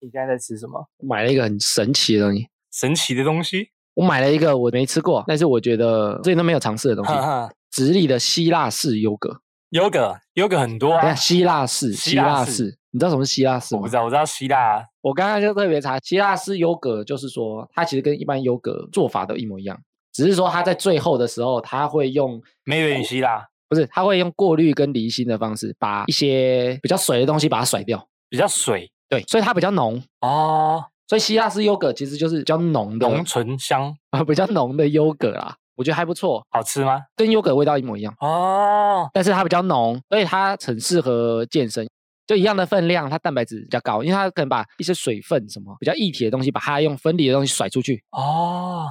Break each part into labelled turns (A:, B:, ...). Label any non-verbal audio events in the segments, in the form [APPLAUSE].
A: 你现在在吃什么？
B: 买了一个很神奇的东西，
A: 神奇的东西？
B: 我买了一个我没吃过，但是我觉得最近都没有尝试的东西
A: 哈，哈，
B: 直立的希腊式优格。
A: 优格，优格很多
B: 等一
A: 啊
B: 下，。希腊式，
A: 希
B: 希
A: 腊
B: 腊
A: 式
B: 式，你知道什么是希腊式
A: 我
B: 吗
A: 不知？道，我知道希腊
B: 我刚刚就特别查，希腊式优格就是说，它其实跟一般优格做法都一模一样，只是说它在最后的时候，它会用
A: 没人希腊
B: 不是，它会用过滤跟离心的方式，把一些比较水的东西把它甩掉。
A: 比较水
B: 对，所以它比较浓。
A: 哦，
B: 所以希腊式优格其实就是比较浓的
A: 浓醇香，
B: 啊， [LAUGHS] 比较浓的优格啦，我觉得还不错，
A: 好吃吗？
B: 跟优格味道一模一样，
A: 哦，
B: 但是它比较浓，所以它很适合健身。就一样的分量，它蛋白质比较高，因为它可能把一些水分什么比较液体的东西，把它用分离的东西甩出去，
A: 哦，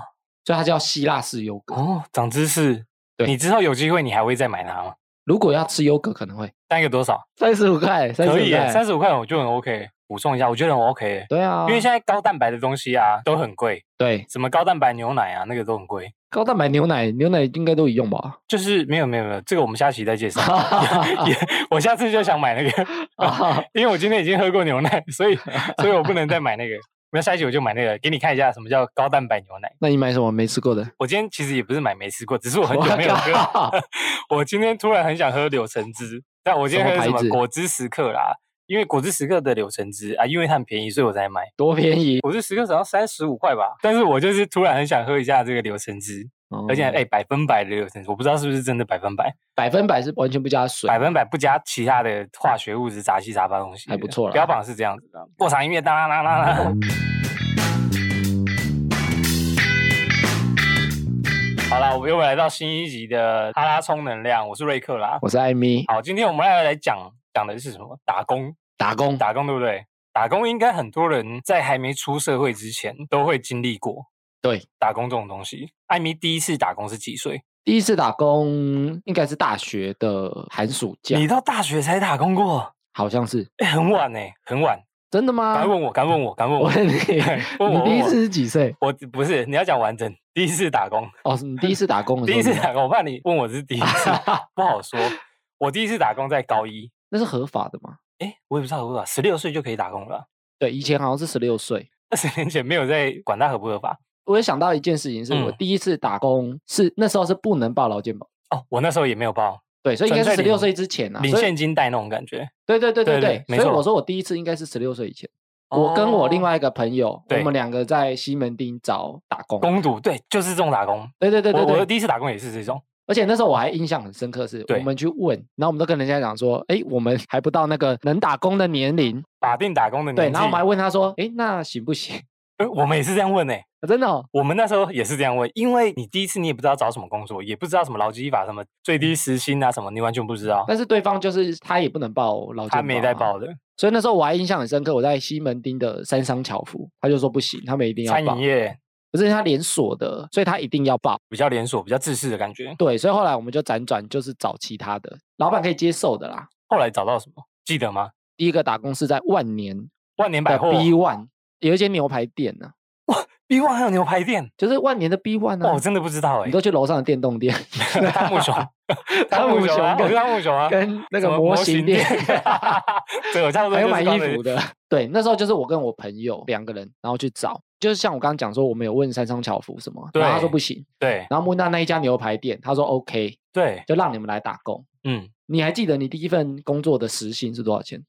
B: 所以它叫希腊式优格。
A: 哦，长知识。
B: 对
A: 你之后有机会你还会再买它吗？
B: 如果要吃优格，可能会
A: 单个多少？
B: 三十五块，三十
A: 可以
B: 五
A: 耶，三
B: 块，
A: 十五块我就很 OK。补充一下，我觉得很 OK，耶、
B: 对啊，
A: 因为现在高蛋白的东西啊都很贵，
B: 对
A: 什么高蛋白牛奶啊那个都很贵。
B: 高蛋白牛奶，牛奶应该都一用吧？ [LAUGHS]
A: 就是没有没有没有，这个我们下期再介绍。也我下次就想买那个，
B: 啊，
A: 因为我今天已经喝过牛奶，所以所以我不能再买那个。那下一期我就买那个，给你看一下什么叫高蛋白牛奶。
B: 那你买什么没吃过的？
A: 我今天其实也不是买没吃过，只是我很
B: 我
A: 久没有
B: 靠
A: 喝。我今天突然很想喝柳橙汁，但我今天
B: 什
A: 喝
B: 么
A: 什
B: 牌
A: 么
B: 子
A: 果汁时刻啦，因为果汁时刻的柳橙汁啊，因为它很便宜，所以我才买。
B: 多
A: [LAUGHS]
B: 便宜！
A: 果汁时刻只要三十五块吧，但是我就是突然很想喝一下这个柳橙汁，而且
B: 哦
A: 哎、百分百的柳橙汁，我不知道是不是真的百分百，
B: 百分百是完全不加水
A: 百，分百不加其他的化学物质、杂七杂八东西的，
B: 还不错啦
A: 标榜是这样子的，过场音乐当当当
B: [LAUGHS]
A: 当当。好啦，我们又来到新一集的哈拉充能量，我是瑞克啦。
B: 我是艾米，
A: 好，今天我们要来讲讲的是什么？打工，
B: 打工
A: 打工对不对？打工应该很多人在还没出社会之前都会经历过。
B: 对，
A: 打工这种东西，艾米第一次打工是几岁？
B: 第一次打工应该是大学的寒暑假，
A: 你到大学才打工过？
B: 好像是
A: 哎、很晚呢、很晚。
B: 真的吗
A: 敢？问我，敢问我，敢问
B: 啊我
A: 我。 [LAUGHS]
B: 问你，
A: 问我
B: 你第一次是几岁？
A: 我不是你要讲完整，第一次打工，
B: 哦，你第一次打工的
A: [LAUGHS] 第
B: 时候
A: 一
B: 是
A: 次
B: 吗，
A: 打工，我怕你问我是第一次，不好说。我第一次打工在高一，
B: [LAUGHS] 那是合法的吗？
A: 哎，我也不知道合不合法，十六岁就可以打工了，
B: 对，以前好像是十六岁。
A: 二十年前没有在管它合不合法。
B: 我也想到一件事情，是我
A: 嗯
B: 第一次打工是那时候是不能报劳健保，
A: 哦，我那时候也没有报，
B: 对，所以应
A: 纯
B: 该是十
A: 粹
B: 六
A: 领
B: 岁之前啊，
A: 领
B: 所以
A: 现金贷那种感觉。
B: 对对对对
A: 对对
B: 对，
A: 没
B: 所以
A: 错
B: 我说我第一次应该是十六岁以前，我跟我另
A: 哦
B: 外一个朋友，我
A: 对
B: 们两个在西门町找打工，
A: 工读，对，就是这种打工。
B: 对对对对
A: 我我的
B: 对，
A: 第一次打工也是这种，
B: 而且那时候我还印象很深刻，是我
A: 对
B: 们去问，然后我们都跟人家讲说，哎，我们还不到那个能打工的年龄，
A: 法定打工的
B: 对，
A: 年纪。
B: 然后我们还问他说，哎，那行不行？ [LAUGHS]
A: 呃我们也是这样问呢、
B: 真的哦，
A: 我们那时候也是这样问，因为你第一次你也不知道找什么工作，也不知道什么劳基法、什么最低时薪啊什么，你完全不知道。
B: 但是嗯对方就是他也不能报劳健保、啊
A: 他没在，报的，
B: 所以那时候我还印象很深刻，我在西门町的三商巧福，他就说不行，他们一定要
A: 餐
B: 报
A: 饮，业
B: 可是他连锁的，所以他一定要报。
A: 比较连锁、比较自私的感觉。
B: 对，所以后来我们就辗转就是找其他的，老板可以接受的啦。
A: 后来找到什么？记得吗？
B: 第一个打工是在万年
A: 万年百
B: 的
A: 货
B: 呃 B One，有一间牛排店呢、
A: B One 还有牛排店，
B: 就是万年的 B One 呢、
A: 哇，我真的不知道哎、，
B: 嗯你都去楼上的电动店，
A: 汤姆熊
B: [LAUGHS]
A: 汤姆熊啊，
B: 跟
A: 我是汤姆 [LAUGHS] 熊啊，
B: 跟那
A: 什么
B: 个模型店 [LAUGHS]
A: 对，我差不多
B: 还
A: 就是
B: 有买
A: 刚
B: 衣
A: 才
B: 服的。对，那时候就是我跟我朋友两个人，然后去找，就是像我刚刚讲说，我们有问三商巧福什么，然后他说
A: 对
B: 不行，
A: 对
B: 然后问到那一家牛排店，他说 OK，
A: 对，
B: 就让你们来打工。
A: 嗯，
B: 你还记得你第一份工作的时薪是多少钱？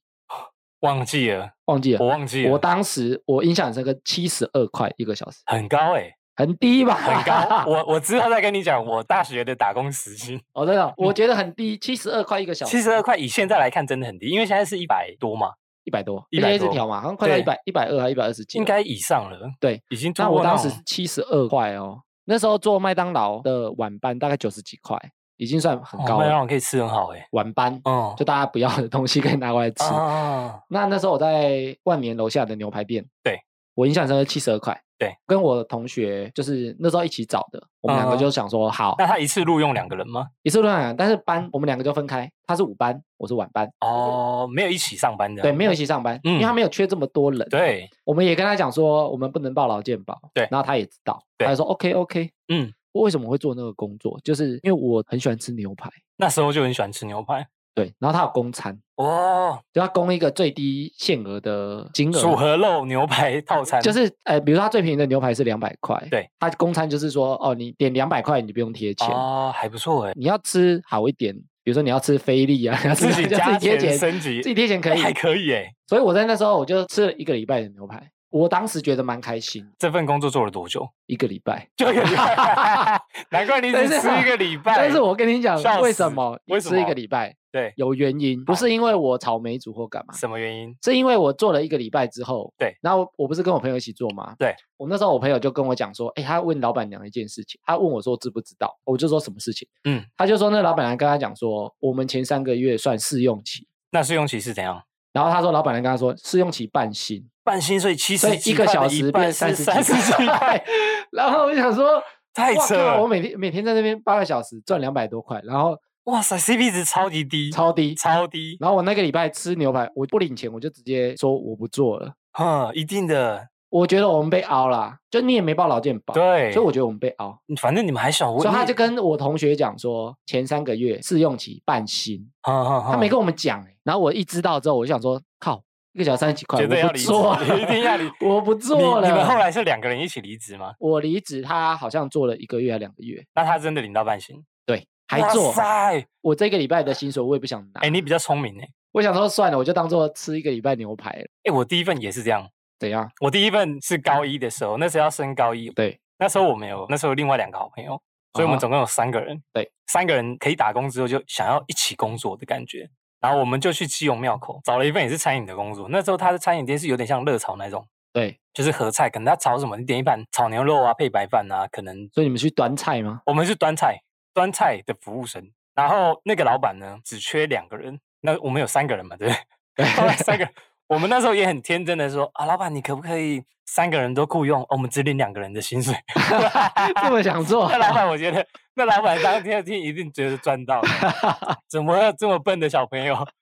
A: 忘记了，
B: 忘记了
A: 我。忘记了，
B: 我当时我印象很深刻，七十二块一个小时，
A: 很高哎、
B: 很低吧？
A: 很高。我我之后再跟你讲我大学的打工时薪，
B: [LAUGHS] 哦，真的，我觉得很低，七十二块一个小
A: 嗯
B: 时，
A: 七十二块，以现在来看真的很低，因为现在是一百多嘛，
B: 一百多，
A: 100
B: A 字
A: 多
B: 条嘛，好像快到一
A: 对
B: 百一百二还一百二十几了。
A: 应该以上了，
B: 对，
A: 已经突
B: 那
A: 破
B: 我当
A: 那
B: 时
A: 种
B: 是七十二块哦，那时候做麦当劳的晚班大概九十几块，已经算很
A: 哦
B: 高
A: 麦当
B: 了。
A: 劳可以吃很好哎、
B: 晚班
A: 嗯
B: 就大家不要的东西可以拿过来吃。
A: 啊，
B: 那那时候我在万年楼下的牛排店，
A: 对
B: 我印象深刻七十二块。
A: 对，
B: 跟我同学就是那时候一起找的，我们两个
A: 嗯
B: 就想说好
A: 那他一次录用两个人吗？
B: 一次论两，但是班我们两个就分开，他是午班，我是晚班，
A: 哦，没有一起上班的，
B: 对，没有一起上班，因为他
A: 嗯
B: 没有缺这么多人。，
A: 对，
B: 我们也跟他讲说我们不能报劳健保，
A: 对
B: 然后他也知道，
A: 对
B: 他就说 OK OK，
A: 嗯，
B: 我为什么会做那个工作？就是因为我很喜欢吃牛排，
A: 那时候就很喜欢吃牛排，
B: 对，然后它有供餐，
A: 哦，
B: 就它供一个最低限额的金额，
A: 组合肉牛排 [LAUGHS] 套餐
B: 就是呃，比如说它最便宜的牛排是两百块，
A: 对，
B: 它供餐就是说哦，你点两百块你就不用贴钱，
A: 哦，还不错哎，
B: 你要吃好一点，比如说你要吃菲力啊，你 [LAUGHS] 要吃
A: [LAUGHS] 自己
B: 就自
A: 加
B: 己贴
A: 钱
B: 钱，
A: 升级，
B: 自己贴钱可
A: [LAUGHS] 哎
B: 以，
A: 还可以哎。
B: 所以我在那时候我就吃了一个礼拜的牛排，我当时觉得蛮开心，
A: 这份工作做了多久？
B: 一个礼拜。
A: 就一个 [LAUGHS] 礼拜，难怪你只
B: 但是
A: 吃一个礼拜。
B: 但是我跟你讲
A: 笑，
B: 为
A: 死
B: 什么
A: 为什
B: 吃一
A: 么
B: 个礼拜
A: 对
B: 有原因，不是因为我草莓煮或干嘛，
A: 什么原因？
B: 是因为我做了一个礼拜之后，
A: 对，
B: 然后我不是跟我朋友一起做吗？
A: 对，
B: 我那时候我朋友就跟我讲说，哎，他问老板娘一件事情，他问我说知不知道，我就说什么事情，
A: 嗯，
B: 他就说那老板娘跟他讲说，我们前三个月算试用期，
A: 那试用期是怎样？
B: 然后他说老板娘跟他说试用期半薪，
A: 半薪水七
B: 所
A: 十
B: 以一个小时变
A: 三
B: 三十
A: 三十几块，，
B: [LAUGHS]
A: [LAUGHS]
B: 然后我想说，
A: 太
B: 哇
A: 扯
B: 靠我
A: 了！
B: 每天每天在那边八个小时赚两百多块，然后
A: 哇塞，CP 值超级低，
B: 超低。
A: 超低，
B: 然后我那个礼拜吃牛排，我不领钱，我就直接说我不做了。
A: 嗯，一定的，
B: 我觉得我们被凹啦，就你也没报劳健保，
A: 对。
B: 所以我觉得我们被凹。
A: 反正你们还小，我
B: 所以他
A: 你
B: 就跟我同学讲说，前三个月试用期半薪，
A: 哼哼
B: 他没
A: 哼
B: 跟我们讲、欸。然后我一知道之后，我就想说，靠，一个小时三十几块，
A: 绝对要
B: 我不
A: 离职
B: 做了，
A: 一定要离
B: 我不
A: 你
B: 做了。
A: 你们后来是两个人一起离职吗？
B: 我离职，他好像做了一个月还两个月，
A: 那他真的领到半薪，
B: 对，还
A: 哇
B: 做。啊
A: 塞！
B: 我这个礼拜的薪水我也不想拿，
A: 哎，你比较聪明哎。
B: 我想说算了，我就当做吃一个礼拜牛排了，
A: 哎，我第一份也是这样，
B: 怎样？
A: 我第一份是高一的时候，那时候要升高一，
B: 对，
A: 那时候我们有，那时候有另外两个好朋友，所以我
B: 啊哈
A: 们总共有三个人。
B: 对，
A: 三个人可以打工之后，就想要一起工作的感觉。然后我们就去基隆庙口找了一份也是餐饮的工作。那时候他的餐饮店是有点像热炒那种，
B: 对，
A: 就是合菜，可能他炒什么，你点一盘炒牛肉啊，配白饭啊，可能
B: 所以你们去端菜吗？
A: 我们是端菜，端菜的服务生。然后那个老板呢，只缺两个人，那我们有三个人嘛，对不对？ [LAUGHS] 后来三个人，我们那时候也很天真的说啊，老板你可不可以三个人都雇佣，哦我们只领两个人的薪水？啊
B: 这么想做
A: 那，老板，我觉得那老板当天听一定觉得赚到了，
B: [LAUGHS]
A: 怎么会有这么笨的小朋友？ [LAUGHS]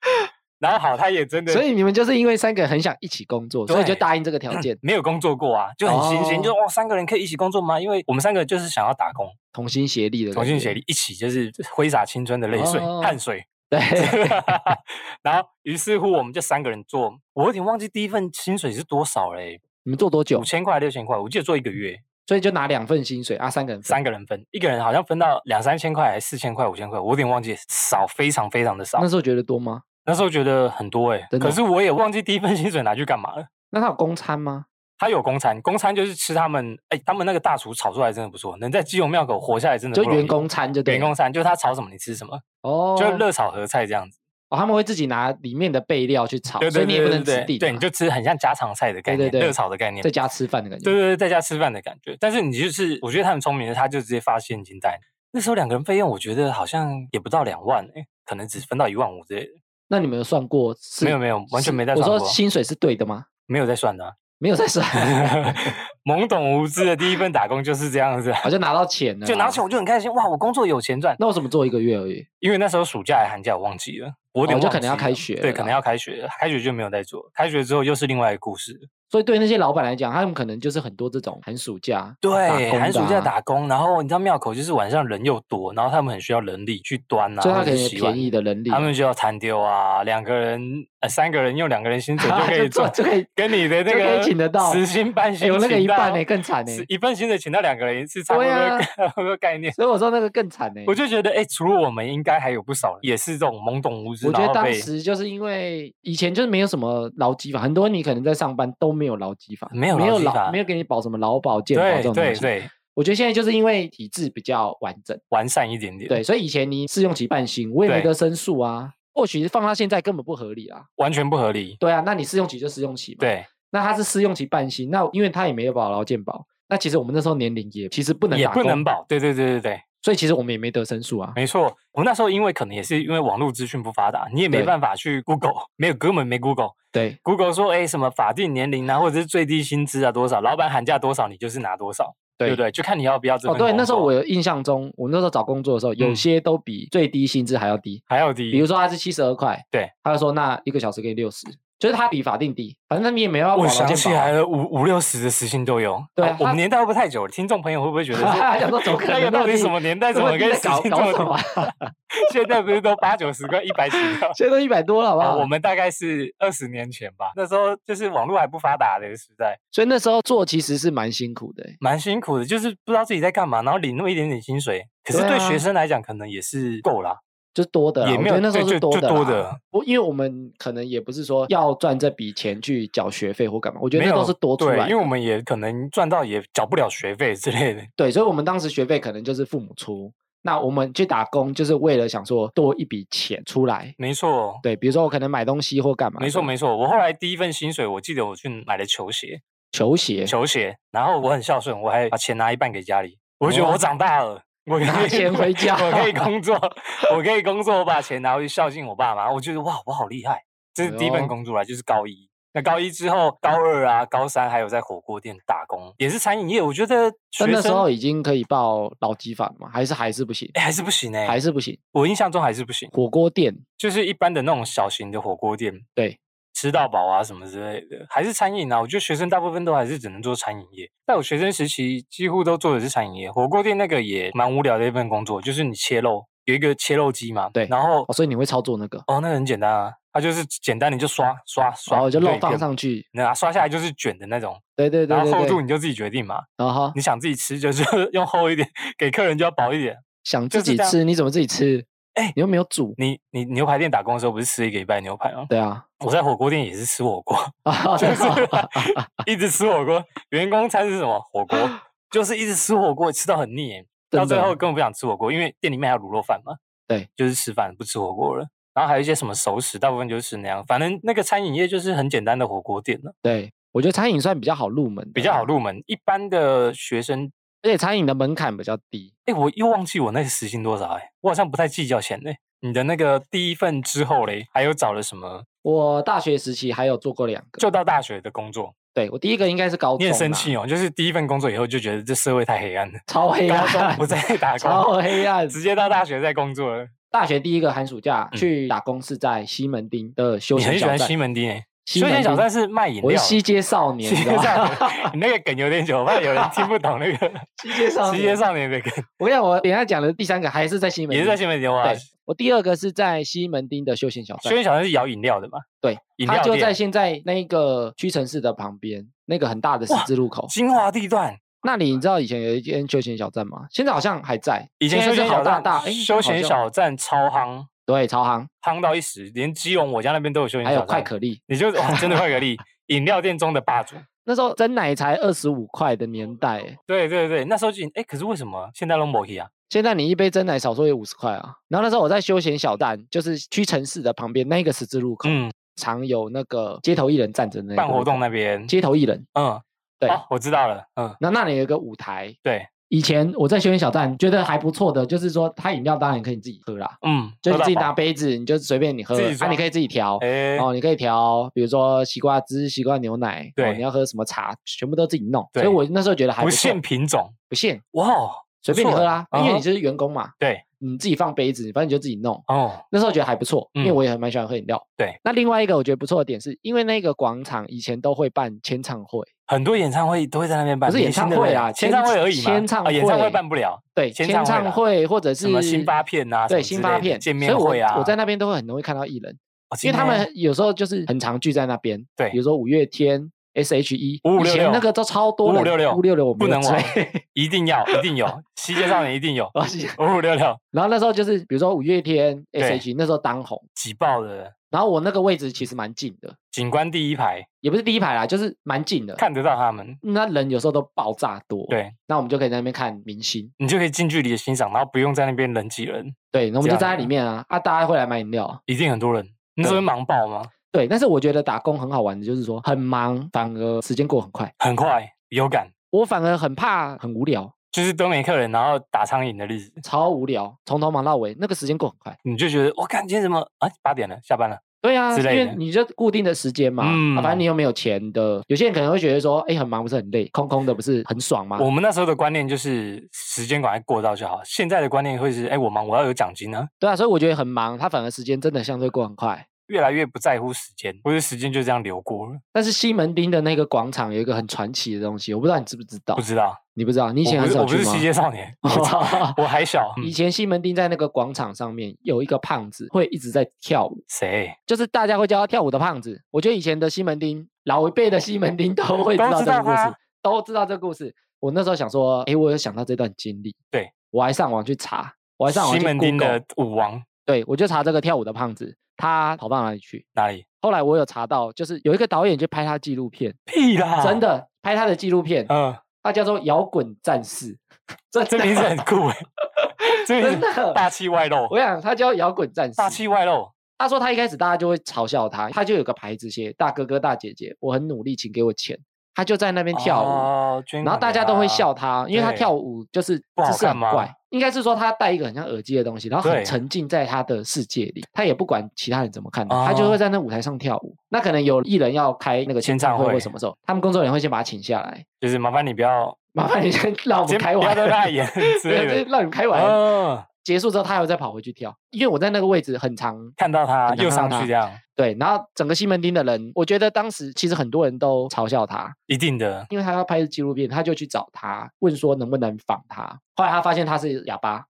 A: 然后好，他也真的，
B: 所以你们就是因为三个人很想一起工作，所以就
A: 对
B: 答应这个条件，
A: 没有工作过啊，就很新鲜，就哦，三个人可以一起工作吗？因为我们三个就是想要打工，
B: 同心协力的，
A: 同心协，力，一起就是挥洒青春的泪水、
B: 哦
A: 汗水。
B: 对， [LAUGHS]
A: [LAUGHS] 然后，于是乎，我们就三个人做，我有点忘记第一份薪水是多少嘞、
B: 你们做多久
A: 五？千块、六千块，我记得做一个月，
B: 所以就拿两份薪水啊，三个人分
A: 三个人分，一个人好像分到两三千块，还是四千块、五千块，我有点忘记，少，非常非常的少。
B: 那时候觉得多吗？
A: 那时候觉得很多哎、
B: 真的
A: 可
B: 哦
A: 是我也忘记第一份薪水拿去干嘛了。
B: 那他有公餐吗？
A: 他有公餐，公餐就是吃他们哎、他们那个大厨炒出来真的不错，能在基隆庙口活下来真的
B: 就
A: 不容易
B: 员工餐就对
A: 员
B: 了，
A: 工餐，就是他炒什么你吃什么，
B: 哦，
A: 就热炒合菜这样子。
B: 哦，他们会自己拿里面的备料去炒，
A: 对
B: 所
A: 对
B: 以你也
A: 对
B: 不
A: 对
B: 能
A: 对
B: 指
A: 对，
B: 定，
A: 对，你就吃很像家常菜的概
B: 对
A: 念，
B: 对
A: 热炒的概念
B: 在。家吃饭的感觉，
A: 对对对，在家吃饭的感觉。但是你就是，我觉得他们聪明的，他就直接发现金在。那时候两个人费用，我觉得好像也不到两万哎、可能只分到一万五之类的，
B: 那你们有算过是？
A: 没有没有完全
B: 是
A: 没在
B: 我
A: 算
B: 说
A: 过
B: 薪水是对的吗？
A: 没有在算的啊、 [LAUGHS]
B: 没有在算，
A: 懵懂无知的第一份打工就是这样
B: [LAUGHS]
A: 子啊、
B: 好像拿到钱了，
A: 就拿钱。我就很开心，哇，我工作有钱赚。
B: 那我怎么做一个月而已？
A: 因为那时候暑假还寒假我忘记了，我有点
B: 哦就
A: 忘
B: 可能要
A: 记
B: 开
A: 了
B: 学
A: 对，
B: 了
A: 可能
B: 啦
A: 要开学，开学就没有再做，开学之后又是另外一个故事了。
B: 所以对那些老板来讲，他们可能就是很多这种寒暑假打
A: 对，
B: 工
A: 寒暑
B: 的
A: 假
B: 啊，
A: 打工，然后你知道庙口就是晚上人又多，然后他们很需要人力去端啊，
B: 所以他
A: 或
B: 可
A: 者
B: 能有
A: 洗碗
B: 便宜的人力，
A: 他们就要残丢啊，两个人呃三个人用两个人
B: [LAUGHS]
A: 薪水就可以
B: 就做就可以
A: 跟你的那
B: 就可以
A: 个
B: 请得到
A: 时薪半
B: 哎
A: 薪
B: 呦，那个
A: 请
B: 一半
A: 到
B: 呢更惨呢。
A: 是一份薪水请到两个人是差不
B: 对
A: 多
B: 啊
A: [LAUGHS] 差不多概念。
B: 所以我说那个更惨呢。
A: 我就觉得，哎、除了我们，应该还有不少人也是这种懵懂无知，
B: 我觉
A: 然
B: 得
A: 后
B: 当
A: 被
B: 时就是因为以前就是没有什么劳基法，很多你可能在上班都没有劳基法，
A: 没有
B: 没
A: 劳
B: 有
A: 基法
B: 劳没有给你保什么劳保、健保这
A: 对
B: 种东
A: 对
B: 西。
A: 对
B: 我觉得现在就是因为体制比较完整，
A: 完善一点点，
B: 对，，所以以前你试用期半薪，我也没
A: 对
B: 得申诉啊。或许放到现在根本不合理啊。
A: 完全不合理，
B: 对啊，那你试用期就试用期嘛。，
A: 对，
B: 那他是试用期半薪，那因为他也没有保劳健保，那其实我们那时候年龄也其实不能
A: 也
B: 打
A: 不
B: 工
A: 能，保，对对对对对，
B: 所以其实我们也没得申诉啊。
A: 没错。我那时候因为可能也是因为网络资讯不发达，你也没
B: 对
A: 办法去 Google，没有根本没 Google。
B: 对
A: Google 说，哎，什么法定年龄啊，或者是最低薪资啊多少，老板喊价多少，你就是拿多少，对不对？就看你要不要这
B: 哦，
A: 份
B: 对，那
A: 工
B: 时候
A: 作
B: 我有印象中，我那时候找工作的时候，有
A: 嗯
B: 些都比最低薪资还要低。
A: 还要
B: 比
A: 低
B: 如，说他是七十二块，
A: 对，
B: 他就说那一个小时给你六十，就是它比法定低，反正你也没有要
A: 我
B: 保劳
A: 想
B: 健
A: 起
B: 保啊
A: 来了，五五六十的时薪都有。哎
B: 对啊
A: 我
B: 他
A: 们年代会不会太久了？听众朋友会不会觉得
B: [LAUGHS] 还啊想
A: 说，
B: 说怎么可
A: 那
B: 能
A: 个到 [LAUGHS]
B: 到
A: 底
B: 底
A: 什么年代，怎
B: 这
A: 么
B: 么
A: 跟
B: 低
A: 时
B: 搞
A: 薪这
B: 搞
A: 么
B: 什么
A: 低？
B: 啊？
A: [LAUGHS] 现在不是都八九十块、一百起
B: [LAUGHS]
A: 跳？
B: 现在都一百多了，好不
A: 啊
B: 好？
A: 我们大概是二十年前吧，那时候就是网络还不发达的时代，
B: 所以那时候做其实是蛮辛苦的欸、
A: 蛮辛苦的，就是不知道自己在干嘛，然后领那么一点点薪水，可是
B: 对
A: 对
B: 啊
A: 学生来讲可能也是够啦。
B: 就是多的啦，
A: 也
B: 啊我
A: 没有
B: 觉得那时候
A: 对
B: 是
A: 就就
B: 的啦。
A: 多的
B: 我因为我们可能也不是说要赚这笔钱去缴学费或干嘛，我觉得
A: 没
B: 那都
A: 有
B: 是多出
A: 对
B: 来
A: 因为我
B: 的。
A: 们也可能赚到也缴不了学费之类的。
B: 对，所以我们当时学费可能就是父母出，那我们去打工就是为了想说多一笔钱出来。
A: 没错，
B: 对，啊比如说我可能买东西或干嘛的，
A: 没错，没错。我后来第一份薪水，我记得我去买了球鞋，
B: 球鞋，
A: 球鞋，然后我很孝顺，我还把钱拿一半给家里，我觉得
B: 哇
A: 我长大了。我可以
B: 哦 [LAUGHS] 拿钱回家
A: [LAUGHS] 我可以工作， [LAUGHS] 我可以工作，我把钱拿回去孝敬我爸妈。我觉得哇，我好厉害！这是第一
B: 哎
A: 份
B: 呦
A: 工作啦，就是高一。那高一之后，高二啊，高三还有在火锅店打工，也是餐饮业。我觉得学
B: 但那时
A: 生
B: 候已经可以报劳基法了嘛，还是还是不行，
A: 哎还是不行 [LAUGHS] 哎、
B: 还是不行。
A: 我印象中还是不行。
B: 火锅店
A: 就是一般的那种小型的火锅店，
B: 对，
A: 吃到饱啊什么之类的，还是餐饮啊。我觉得学生大部分都还是只能做餐饮业，在我学生时期几乎都做的是餐饮业。火锅店那个也蛮无聊的一份工作，就是你切肉，有一个切肉机嘛，
B: 对
A: 然后
B: 哦，所以你会操作那个，
A: 哦，那个很简单啊，它就是简单，你就刷刷刷，
B: 然哦后就
A: 一个
B: 漏
A: 一
B: 放
A: 个
B: 上，去，
A: 那刷下来就是卷的那种，
B: 对对对
A: 然后厚
B: 对
A: 度
B: 对，
A: 你就自己决定嘛，
B: 然后
A: 你想自己吃就是 [LAUGHS] 用厚一点，给客人就要薄一点。
B: 想
A: 就
B: 自
A: 是
B: 己
A: 这样
B: 吃，你怎么自己吃？
A: 哎
B: 你又没有煮，
A: 你你牛排店打工的时候不是吃一个礼拜牛排吗？
B: 对啊，
A: 我在火锅店也是吃火锅，[LAUGHS]
B: 啊，
A: 就
B: 真
A: [LAUGHS] 是
B: 的哦
A: 一直吃火锅。员工餐是什么？火锅，就是一直吃火锅，吃到很腻耶，到
B: 真
A: 最
B: 的
A: 后根本不想吃火锅，因为店里面还有卤肉饭嘛。
B: 对，
A: 就是吃饭不吃火锅了。然后还有一些什么熟食，大部分就是吃那样。反正那个餐饮业就是很简单的火锅店了，
B: [LAUGHS] 对，我觉得餐饮算比较好入门的，
A: 比较好，入门。一般的学生，
B: 而且餐饮的门槛比较低。
A: 哎，我又忘记我那个时薪多少哎，我好像不太计较钱嘞。你的那个第一份之后嘞，还有找了什么？
B: 我大学时期还有做过两个，
A: 就到大学的工作，
B: 对我第一个应该是高中，
A: 你很生气，哦，就是第一份工作以后就觉得这社会太黑暗了。
B: 哎超黑啊
A: 高
B: 暗，
A: 中不再打工，
B: 超黑暗。
A: 直接到大学在工作了。
B: 大学第一个寒暑假
A: 嗯
B: 去打工是在西门町的休
A: 你
B: 闲
A: 很喜
B: 小
A: 欢
B: 站
A: 西，门町欸诶，
B: 西
A: 休闲
B: 门
A: 小
B: 町
A: 站是卖饮料
B: 我
A: 的，
B: 是西街少年，
A: 西
B: 你知
A: 街
B: 道
A: 少
B: 吗
A: 年，
B: [LAUGHS]
A: 你那个梗有点久，我怕有人听不懂那个
B: 西街 [LAUGHS] 少
A: 西街
B: 年。
A: 少年的梗，
B: 我跟你讲，我等一下讲的第三个还是在西门，
A: 也是在西。门町哇
B: 对。，我第二个是在西门町的休闲小
A: 休
B: 站，
A: 闲小站是摇饮料的嘛？
B: 对，
A: 饮
B: 它
A: 料
B: 就
A: 店
B: 在现在那个屈臣氏的旁边，那个很大的十
A: 哇
B: 字路口。
A: 精华地段，
B: 那你知道以前有一间休闲小站吗？现在好像还在，
A: 以前
B: 现在
A: 休
B: 是
A: 闲
B: 好
A: 小
B: 大
A: 站
B: 大，哎，
A: 休
B: 好
A: 闲
B: 像
A: 小站超夯，
B: 对，超行，
A: 夯到一时，连基隆我家那边都有休闲
B: 还有
A: 小
B: 快
A: 站。
B: 可丽。
A: 你就哇，真的快可
B: [LAUGHS]
A: 力，饮料店中的霸主。
B: 那时候真奶才二十五块的年代欸，
A: 对对对，那时候就哎，可是为什么现在都没去啊？
B: 现在你一杯真奶少说也五十块啊。然后那时候我在休闲小站，就是屈臣氏的旁边那个十字路口，
A: 嗯，
B: 常有那个街头艺人站着那
A: 办
B: 个
A: 活
B: 路
A: 动
B: 口
A: 那边，
B: 街头艺人。
A: 嗯，
B: 对，
A: 哦，我知道了，嗯，
B: 那那里有一个舞台。
A: 对，
B: 以前我在休闲小站觉得还不错的，就是说它饮料当然可以自己喝啦，
A: 嗯，
B: 就是自己拿
A: 搭
B: 杯子，你就随便你喝，
A: 自己
B: 啊，
A: 装
B: 你可以自己调。
A: 哎，
B: 哦，你可以调，比如说西瓜汁、西瓜牛奶，哦，
A: 对
B: 你要喝什么茶，全部都自己弄。所以
A: 对
B: 我那时候觉得还
A: 不
B: 错
A: 限品种，
B: 不限，
A: 哇哦，
B: 随
A: 不
B: 便你
A: 错
B: 喝
A: 欸
B: 啦，因为
A: 嗯
B: 你
A: 哼
B: 就是员工嘛，
A: 对，
B: 你自己放杯子，反正你就自己弄。
A: 哦，
B: 那时候觉得还不错，因为
A: 嗯
B: 我也很蛮喜欢喝饮料。
A: 对，
B: 那另外一个我觉得不错的点是，因为那个广场以前都会办签唱会，
A: 很多演唱会都会在那边办，
B: 不是演
A: 明星
B: 唱
A: 的
B: 会
A: 人
B: 啊，
A: 签唱会而已嘛，
B: 签唱
A: 啊演唱
B: 会
A: 会办不了，
B: 对，
A: 签
B: 签
A: 唱会
B: 唱
A: 啦
B: 会或者是
A: 什么新发片啊什
B: 对，
A: 么
B: 新
A: 之
B: 发
A: 类的
B: 片
A: 见
B: 所以
A: 面
B: 我
A: 会啊
B: 我在那边都会很容易看到艺人，
A: 哦
B: 因为他
A: 今
B: 们
A: 天
B: 有时候就是很常聚在那边，
A: 对
B: 比如说五月天、S.H.E，
A: 5566
B: 以前那个都超多人，
A: 5566
B: 五六六我
A: 不
B: 没有
A: 能玩
B: 追，
A: 一定要一定有，西街少年一定有
B: 然后是
A: 五五六六
B: 然后那时候就是比如说五月天、
A: 对
B: S.H.E 那时候当红，
A: 挤爆的
B: 然后我那个位置其实蛮近的，
A: 景观第一排，
B: 也不是第一排啦，就是蛮近的，
A: 看得到他们，
B: 那人有时候都爆炸多，，
A: 对
B: 那我们就可以在那边看明星，
A: 你就可以近距离的欣赏，然后不用在那边人挤人，
B: 对，然后我
A: 这
B: 们就
A: 样
B: 站在
A: 啊
B: 里面啊，啊，大家会来买饮料啊。
A: 一定很多人，那时候
B: 对
A: 忙爆吗？
B: 对，但是我觉得打工很好玩的，就是说很忙，反而时间过很快。
A: 很快有感，
B: 我反而很怕很无聊，
A: 就是都没客人，然后打苍蝇的日子。
B: 超无聊，从头忙到尾，那个时间过很快。
A: 你就觉得我看今天怎么啊八点了，下班了，
B: 对啊，
A: 之
B: 因
A: 类
B: 为
A: 的
B: 你就固定的时间嘛，啊反正
A: 嗯
B: 你又没有钱的。有些人可能会觉得说，哎，很忙不是很累，空空的不是很爽吗？
A: 我们那时候的观念就是时间赶快过到就好，现在的观念会是哎我忙我要有奖金呢、
B: 对啊，所以我觉得很忙，他反而时间真的相对过很快。
A: 越来越不在乎时间，或者时间就这样流过了。
B: 但是西门町的那个广场有一个很传奇的东西，我不知道你知不知道
A: 不？知道，
B: 你不知道？你以
A: 以
B: 前很少
A: 我不
B: 去
A: 是
B: 吗
A: 西？街少
B: [LAUGHS]
A: 年，我操我还小。嗯
B: 以前西门町在那个广场上面有一个胖子会一直在跳舞，
A: 谁
B: 就是大家会叫他跳舞的胖子。我觉得以前的西门町，老一辈的西门
A: [LAUGHS]
B: 町都会知
A: 都
B: 道
A: 知
B: 这个
A: 道
B: 故事
A: 他，
B: 都知道这个故事。我那时候想说，诶，我有想到这段经历，
A: 对
B: 我还上网去查，我还上网
A: 西
B: 去
A: 门町
B: Google，
A: 的舞王
B: 对我就查这个跳舞的胖子，他跑到哪里去？
A: 哪里？
B: 后来我有查到，就是有一个导演去拍他纪录片，
A: 屁啦！
B: 真，的拍他的纪录片，
A: 嗯，
B: 他叫做《摇滚战士》，这
A: 这名字很酷哎，这名
B: [LAUGHS] 真
A: 字
B: 的。
A: 大气外露
B: 我，想他叫摇滚战士，
A: 大气外露，
B: 他说他一开始大家就会嘲笑他，他就有个牌子写“大哥哥大姐姐，我很努力，请给我钱”，他就在那边跳舞，
A: 哦捐
B: 然
A: 款
B: 后大
A: 给
B: 家都会
A: 他
B: 笑他，因为他
A: 对
B: 跳舞就是
A: 不好
B: 姿势
A: 看
B: 很
A: 吗
B: 怪，应该是说他戴一个很像耳机的东西，然后很
A: 对
B: 沉浸在他的世界里，他也不管其他人怎么看他，他就
A: 哦
B: 会在那舞台上跳舞。那可能有艺人要开那个
A: 签
B: 签唱
A: 唱
B: 会或
A: 会
B: 什么时候，他们工作人员会先把他请下来，
A: 就是麻烦你不要
B: 麻烦
A: [LAUGHS]
B: 你先让我们
A: 先
B: 开
A: 不要
B: 完，
A: 再大眼之
B: 对，
A: 类
B: 就是
A: 的。
B: 让你们开完。
A: 哦，
B: 结束之后，他又再跑回去跳，因为我在那个位置很长，
A: 看到他
B: 很常
A: 又
B: 看
A: 上
B: 到他
A: 去这样，
B: 对，然后整个西门町的人，我觉得当时其实很多人都嘲笑他，
A: 一定的
B: 因为他要拍纪录片，他就去找他问说能不能访他。后来他发现他是哑巴，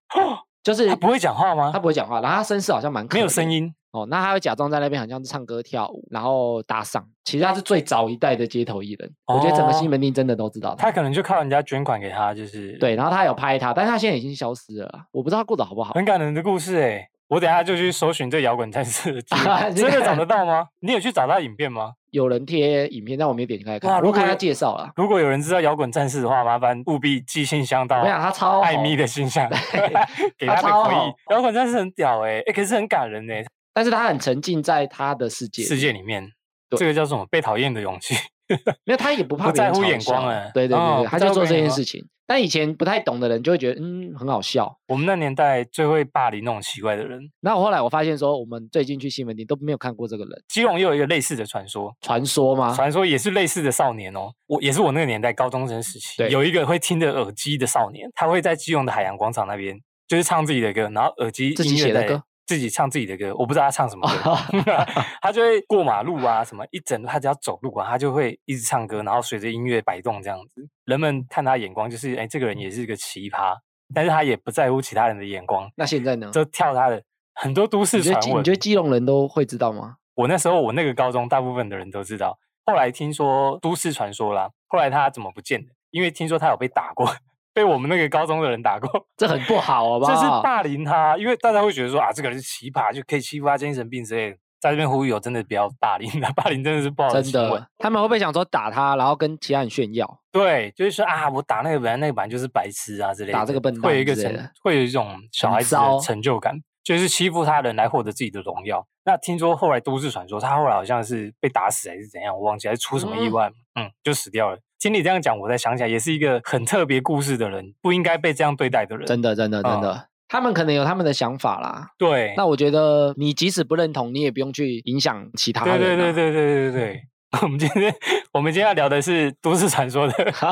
B: 就是
A: 哦他不会讲话吗
B: 他不会讲话，然后他声势好像蛮
A: 没有
B: 可怜
A: 声音，
B: 哦，那他会假装在那边好像是唱歌跳舞，然后打赏。其实他是最早一代的街头艺人，我觉得整个西
A: 哦
B: 门町真的都知道他。
A: 他可能就靠人家捐款给他，就是，
B: 对，然后他有拍他，但是他现在已经消失了啦，我不知道他过得好不好。
A: 很感人的故事哎。我等下就去搜寻这摇滚战士的记
B: [LAUGHS] 啊
A: 录，
B: 你
A: 真的找
B: 看
A: 得到吗？你有去找他的影片吗？
B: 有人贴影片，但我没有点开来
A: 哇
B: 看，我
A: 如
B: 看
A: 果
B: 他
A: 有
B: 介绍了。
A: 如果有人知道摇滚战士的话，麻烦务必寄信箱到
B: 我想他超
A: 哦艾
B: 红
A: 米的信箱
B: 对，
A: [LAUGHS] 给
B: 他
A: 他的
B: 超
A: 回
B: 好
A: 忆。摇滚战士很屌哎，哎，可是很感人哎，
B: 但是他很沉浸在他的世界
A: 世
B: 里，
A: 界里面，
B: 对
A: 这个叫什么？被讨厌的勇气。
B: 因为他也不怕
A: 不
B: 别
A: 在
B: 人
A: 乎
B: 嘲
A: 眼
B: 笑啊
A: 光欸
B: 对对对
A: 哦
B: 对，
A: 不
B: 他
A: 在
B: 就
A: 乎
B: 做
A: 别
B: 这
A: 人
B: 件
A: 吗
B: 事情。但以前不太懂的人就会觉得，嗯，很好笑。
A: 我们那年代最会霸凌那种奇怪的人。
B: 那我后来我发现说，我们最近去西门町都没有看过这个人，
A: 基隆又有一个类似的传说，
B: 传说吗？
A: 传说也是类似的少年哦，我也是我那个年代高中生时期
B: 对，
A: 有一个会听着耳机的少年，他会在基隆的海洋广场那边，就是唱自己的歌，然后耳机
B: 自己
A: 音乐
B: 写的
A: 在
B: 歌，哦
A: 自己唱自己的歌，我不知道他唱什么歌， [LAUGHS] 他就会过马路啊，什么一整他只要走路啊，他就会一直唱歌，然后随着音乐摆动这样子，人们看他眼光就是，哎，这个人也是个奇葩，但是他也不在乎其他人的眼光，
B: 那现在呢？
A: 就跳他的很多都市
B: 嗯你觉
A: 传
B: 得基你
A: 闻
B: 觉。得基隆人都会知道吗？
A: 我那时候我那个高中，大部分的人都知道。后来听说都市传说啦，后来他怎么不见了？因为听说他有被打过， [LAUGHS] 被我们那个高中的人打过，
B: 这很不好，好不
A: 这是
B: 好？
A: 霸凌他。因为大家会觉得说啊，这个人是奇葩，就可以欺负他精神病之类的。在这边呼吁哦，真的不要霸凌 [LAUGHS] 他，霸凌真的是不好
B: 真
A: 行为
B: 的，他们会不会想说打他，然后跟其他人炫耀？
A: 对，就是说啊，我打那个本来那个本来就是白痴啊之类的，
B: 打这个笨
A: 会有
B: 蛋
A: 一个
B: 之类
A: 成
B: 的，
A: 会有一种小
B: 很
A: 孩子的
B: 糟
A: 成就感，就是欺负他人来获得自己的荣耀。那听说后来都市传说，他后来好像是被打死还是怎样，我忘记，还是出什么意
B: 嗯
A: 外，嗯就死掉了。听你这样讲，我才想起来，也是一个很特别故事的人，不应该被这样对待的人。
B: 真的，真的，真
A: 嗯
B: 的，他们可能有他们的想法啦。
A: 对，
B: 那我觉得你即使不认同，你也不用去影响其他人、
A: 对
B: 啊。
A: 对对对对对对。 [LAUGHS] 我们今天我们今天要聊的是都市传
B: [LAUGHS]
A: 说的 [LAUGHS]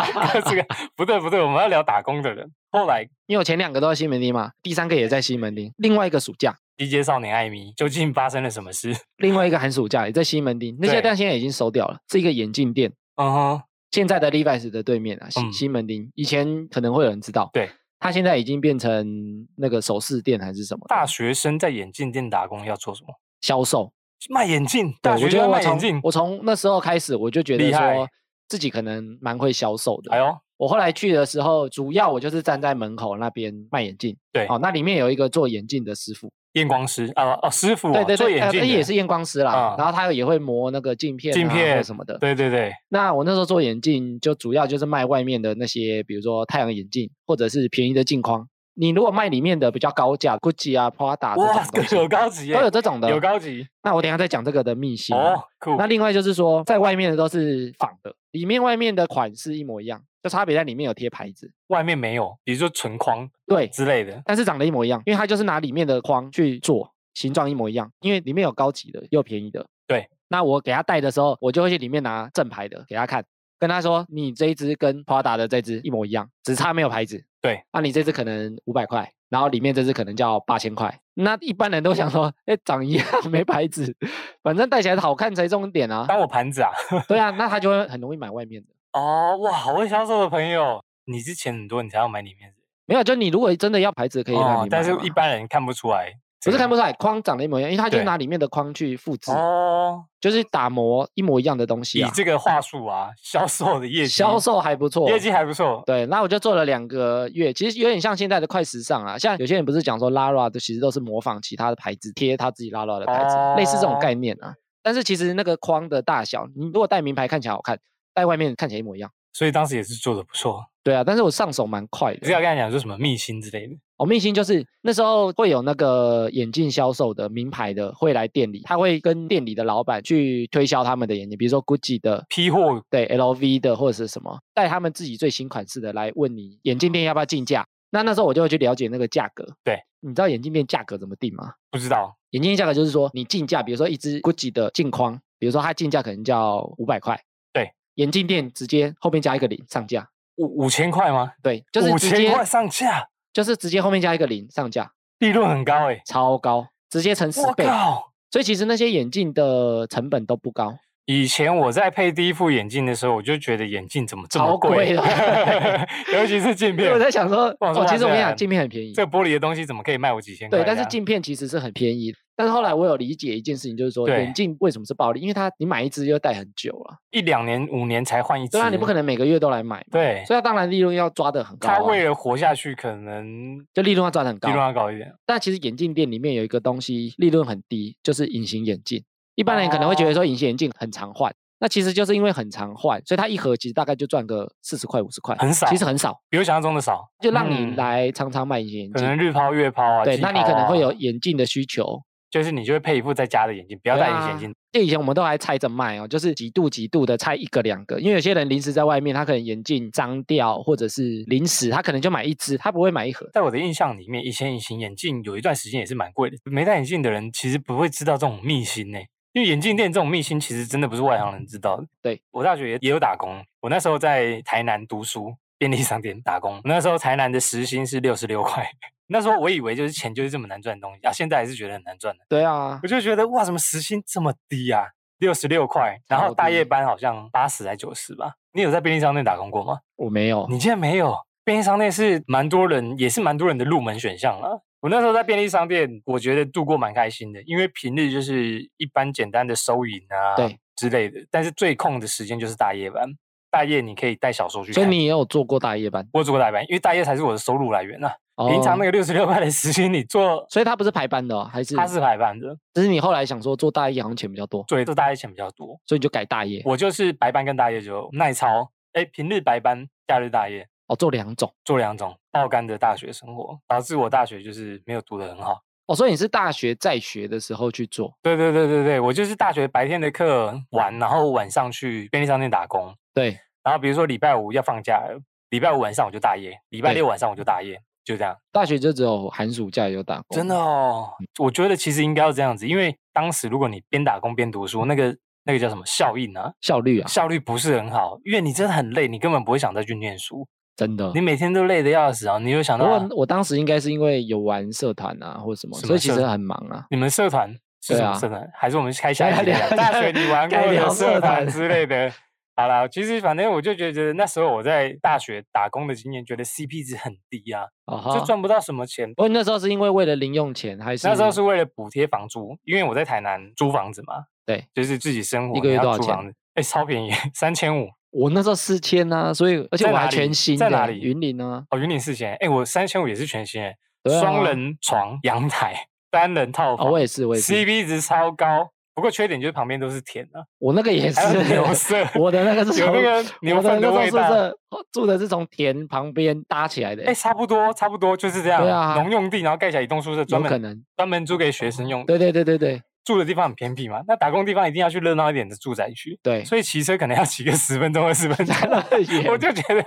A: 这个，不对不对，我们要聊打工的人。后来
B: [LAUGHS] 因为我前两个都在西门町嘛，第三个也在西门町，另外一个暑假，
A: DJ 少年艾米究竟发生了什么事？
B: 另外一个寒暑假也在西门町，那些
A: 对
B: 但现在已经收掉了，是一个眼镜店，
A: 嗯哼，
B: 现在的 Levi's 的对面啊，西、
A: 嗯
B: 西门町，以前可能会有人知道，
A: 对，
B: 它现在已经变成那个首饰店还是什么的
A: 大学生在眼镜店打工要做什么？
B: 销售，
A: 卖眼镜，
B: 对
A: 大
B: 我
A: 学
B: 觉
A: 就
B: 得
A: 要
B: 我
A: 卖眼
B: 从
A: 镜。
B: 我从那时候开始，我就觉得
A: 厉害
B: 说自己可能蛮会销售的。
A: 哎呦，
B: 我后来去的时候，主要我就是站在门口那边卖眼镜。
A: 对
B: 哦，那里面有一个做眼镜的师傅，
A: 验光师啊哦，师傅
B: 对
A: 哦
B: 对
A: 做
B: 对，
A: 眼
B: 呃
A: 镜的
B: 也是，验光师啦
A: 啊。
B: 然后他也会磨那个镜片、啊、
A: 镜
B: 或者
A: 片
B: 什么的。
A: 对对对，
B: 那我那时候做眼镜，就主要就是卖外面的那些，比如说太阳眼镜，或者是便宜的镜框。你如果卖里面的比较高价，GUCCI 啊、Prada
A: 哇
B: 这种东，西，
A: [LAUGHS] 有高级耶
B: 都有这种的。
A: 有。高级
B: 那我等一下再讲这个的秘辛啊。
A: 哦，酷
B: 那另外就是说，在外面的都是仿的，里面外面的款式一模一样，就差别在里面有贴牌子。
A: 外面没有，比如说纯框
B: 对，
A: 之类的，
B: 但是长得一模一样，因为它就是拿里面的框去做，形状一模一样，因为里面有高级的，也有便宜的。
A: 对，
B: 那我给他戴的时候，我就会去里面拿正牌的给他看，跟他说你这一只跟 Prada 的这只一模一样，只差没有牌子。
A: 对，
B: 那、你这只可能五百块，然后里面这只可能叫八千块。那一般人都想
A: [LAUGHS]
B: 说，哎，长一样没牌子，反正戴起来好看才重点啊。
A: 当我盘子啊？ [LAUGHS]
B: 对啊，那他就会很容易买外面的。
A: 哦，哇，好会销售的朋友，你之前很多，你才要买里面的
B: 没有，就你如果真的要牌子，可以让你
A: 哦
B: 买，
A: 但是
B: 嘛
A: 一般人看不出来这
B: 不
A: 个，
B: 是看不出来框长得一模一样，因为他就
A: 对
B: 拿里面的框去复制，
A: 哦。
B: 就是打磨一模一样的东西
A: 以
B: 啊。
A: 这个话术啊，销售的业绩，
B: 销售还不错，
A: 业绩还不错，
B: 对，那我就做了两个月，其实有点像现在的快时尚啊。像有些人不是讲说 Lara 的，其实都是模仿其他的牌子贴他自己 Lara 的牌子，类似这种概念啊。但是其实那个框的大小，你如果戴名牌看起来好看，戴外面看起来一模一样。
A: 所以当时也是做的不错。
B: 对啊，但是我上手蛮快
A: 你是要
B: 的。
A: 跟他讲说什么秘辛之类的，
B: 我明星就是那时候会有那个眼镜销售的名牌的会来店里，他会跟店里的老板去推销他们的眼镜，比如说 GUCCI 的，
A: 批货
B: 对 LV 的或者是什么，带他们自己最新款式的来问你眼镜店要不要竞价。那那时候我就会去了解那个价格。
A: 嗯对，
B: 你知道眼镜店价格怎么定吗？
A: 不知道
B: 眼镜店价格就是说你进价，比如说一只 GUCCI 的镜框，比如说它进价可能叫五百块。
A: 对，
B: 眼镜店直接后面加一个零上架。
A: 五五千块吗？
B: 对，就是
A: 五
B: 直接
A: 千块上架，
B: 就是直接后面加一个零上架，
A: 利润很高哎、
B: 超高，直接乘十
A: 我
B: 倍。
A: 靠！
B: 所以其实那些眼镜的成本都不高。
A: 以前我在配第一副眼镜的时候，我就觉得眼镜怎么这么
B: 超
A: 贵，
B: 贵的
A: [LAUGHS] 尤其是
B: [LAUGHS]
A: 镜
B: 因为我
A: 片，
B: 在想说，
A: 哇
B: 哦，其实我跟你
A: 这
B: 讲，镜片很便宜。
A: 这玻璃的东西怎么可以卖我几千块
B: 对，
A: 这样？
B: 但是镜片其实是很便宜。但是后来我有理解一件事情，就是说
A: 对
B: 眼镜为什么是暴利，因为它你买一只就戴很久了，
A: 一两年、五年才换一次，
B: 对啊，你不可能每个月都来买嘛，
A: 对，
B: 所以它当然利润要抓得很高啊、
A: 他为了活下去，可能利
B: 就利润要抓得很高啊
A: 润。要高一点。
B: 但其实眼镜店里面有一个东西利润很低，就是隐形眼镜。一般人可能会觉
A: 哦
B: 得说隐形眼镜很常换，那其实就是因为很常换，所以它一盒其实大概就赚个四十块五十块，
A: 很少
B: 其实很少，
A: 比我想象中的少，
B: 就让你
A: 嗯
B: 来常常买隐形眼
A: 可
B: 镜。
A: 能日抛、月抛啊。
B: 对，
A: 季
B: 那你
A: 抛
B: 可能会
A: 啊
B: 有，眼镜的需求，
A: 就是你就会配一副在家的眼镜，不要
B: 对
A: 戴隐形
B: 啊
A: 眼镜。
B: 就以前我们都还拆着卖哦，就是几度几度的拆一个两个，因为有些人临时在外面，他可能眼镜脏掉，或者是临时他可能就买一只，他不会买一盒。
A: 在我的印象里面，以前隐形眼镜有一段时间也是蛮贵的，没戴眼镜的人其实不会知道这种秘辛呢、因为眼镜店这种秘辛其实真的不是外行人知道的。
B: 对
A: 我大学也也有打工，我那时候在台南读书，便利商店打工。那时候台南的时薪是六十六块，那时候我以为就是钱就是这么难赚的东西啊，现在还是觉得很难赚的。
B: 对啊
A: 我，就觉得哇，怎么时薪这么低啊？六十六块，然后
B: 超
A: 大夜
B: 低
A: 班好像八十还九十吧。你有在便利商店打工过吗？
B: 我没有，
A: 你竟然没有？便利商店是蛮多人，也是蛮多人的入门选项啦。我那时候在便利商店，我觉得度过蛮开心的，因为平日就是一般简单的收银啊，
B: 对
A: 之类的，但是最空的时间就是大夜班。大夜你可以带小说去
B: 所
A: 看，
B: 以你也有做过大夜班。
A: 我有做过大夜班，因为大夜才是我的收入来源啊。平常那
B: 哦，
A: 个六十六块的时薪，你做
B: 所以他不是排班的、哦，还是
A: 它是排班的，
B: 只是你后来想说做大夜好像钱比较多，
A: 对，做大夜钱比较多。
B: 所以你就改大夜。
A: 我就是白班跟大夜就耐操，哎，平日白班，假日大夜
B: 哦，做两种。
A: 做两种爆肝的大学生活，导致我大学就是没有读得很好。
B: 哦，所以你是大学在学的时候去做。
A: 对对对对对，我就是大学白天的课玩，然后晚上去便利商店打工。
B: 对，
A: 然后比如说礼拜五要放假了，礼拜五晚上我就大夜，礼拜
B: 对
A: 六晚上我就大夜，就这样。
B: 大学就只有寒暑假有打工。
A: 真的哦，我觉得其实应该要这样子，因为当时如果你边打工边读书，那个那个叫什么效应啊，
B: 效率啊，
A: 效率不是很好，因为你真的很累，你根本不会想再去念书，
B: 真的
A: 你。每天都累得要死啊，你就想
B: 不
A: 到啊
B: 过我当时应该是因为有玩社团啊，或者什么，
A: 什
B: 所
A: 么
B: 以其
A: 社
B: 实
A: 团
B: 很忙啊。
A: 你们社团是
B: 对
A: 什么
B: 啊
A: 社团？还是我们开下一
B: 该
A: 集再
B: 聊
A: 聊大学你玩
B: 该
A: 过
B: 聊
A: 的
B: 社
A: 社团
B: 团
A: 之类的？好啦，其实反正我就觉得那时候我在大学打工的经验，觉得 CP 值很低啊，
B: 啊
A: 就
B: 哈。
A: 赚不到什么钱。
B: 不过那时候是因为为了零用钱，还是
A: 那时候是为了补贴房租，因为我在台南租房子嘛，
B: 对，
A: 就是自己生活，
B: 一个
A: 你
B: 月
A: 要
B: 多少
A: 租
B: 钱
A: 房子？哎，超便宜，三千五
B: 我那时候四千呐，所以而且
A: 在
B: 我
A: 哪
B: 还
A: 里
B: 全新
A: 在
B: 的，
A: 哪里
B: 云林啊，
A: 哦，云顶四千。哎，我三千五也是全新哎，
B: 对啊
A: 双人床、阳台、单人套
B: 哦，
A: 房
B: 我也是，我也是，
A: ，CP 值超高。不过缺点就是旁边都是田啊，
B: 我那个也是
A: 还有牛舍。
B: [LAUGHS] 我的那个是
A: 有那
B: 从
A: 个牛
B: 我的
A: 粪的
B: 那
A: 味
B: 时候宿
A: 道。
B: 舍哦住的是从田旁边搭起来的
A: 哎，
B: 欸，
A: 差不多，差不多就是这样。
B: 对啊
A: 农用地，然后盖起来一栋宿舍，专
B: 有可
A: 门
B: 能，
A: 专门租给学生用。
B: 对对对对对
A: 住的地方很偏僻嘛，那打工地方一定要去热闹一点的住宅区，
B: 对，。
A: 所以骑车可能要骑个十分钟、二十分钟
B: [LAUGHS]
A: 我
B: 我
A: 就觉得，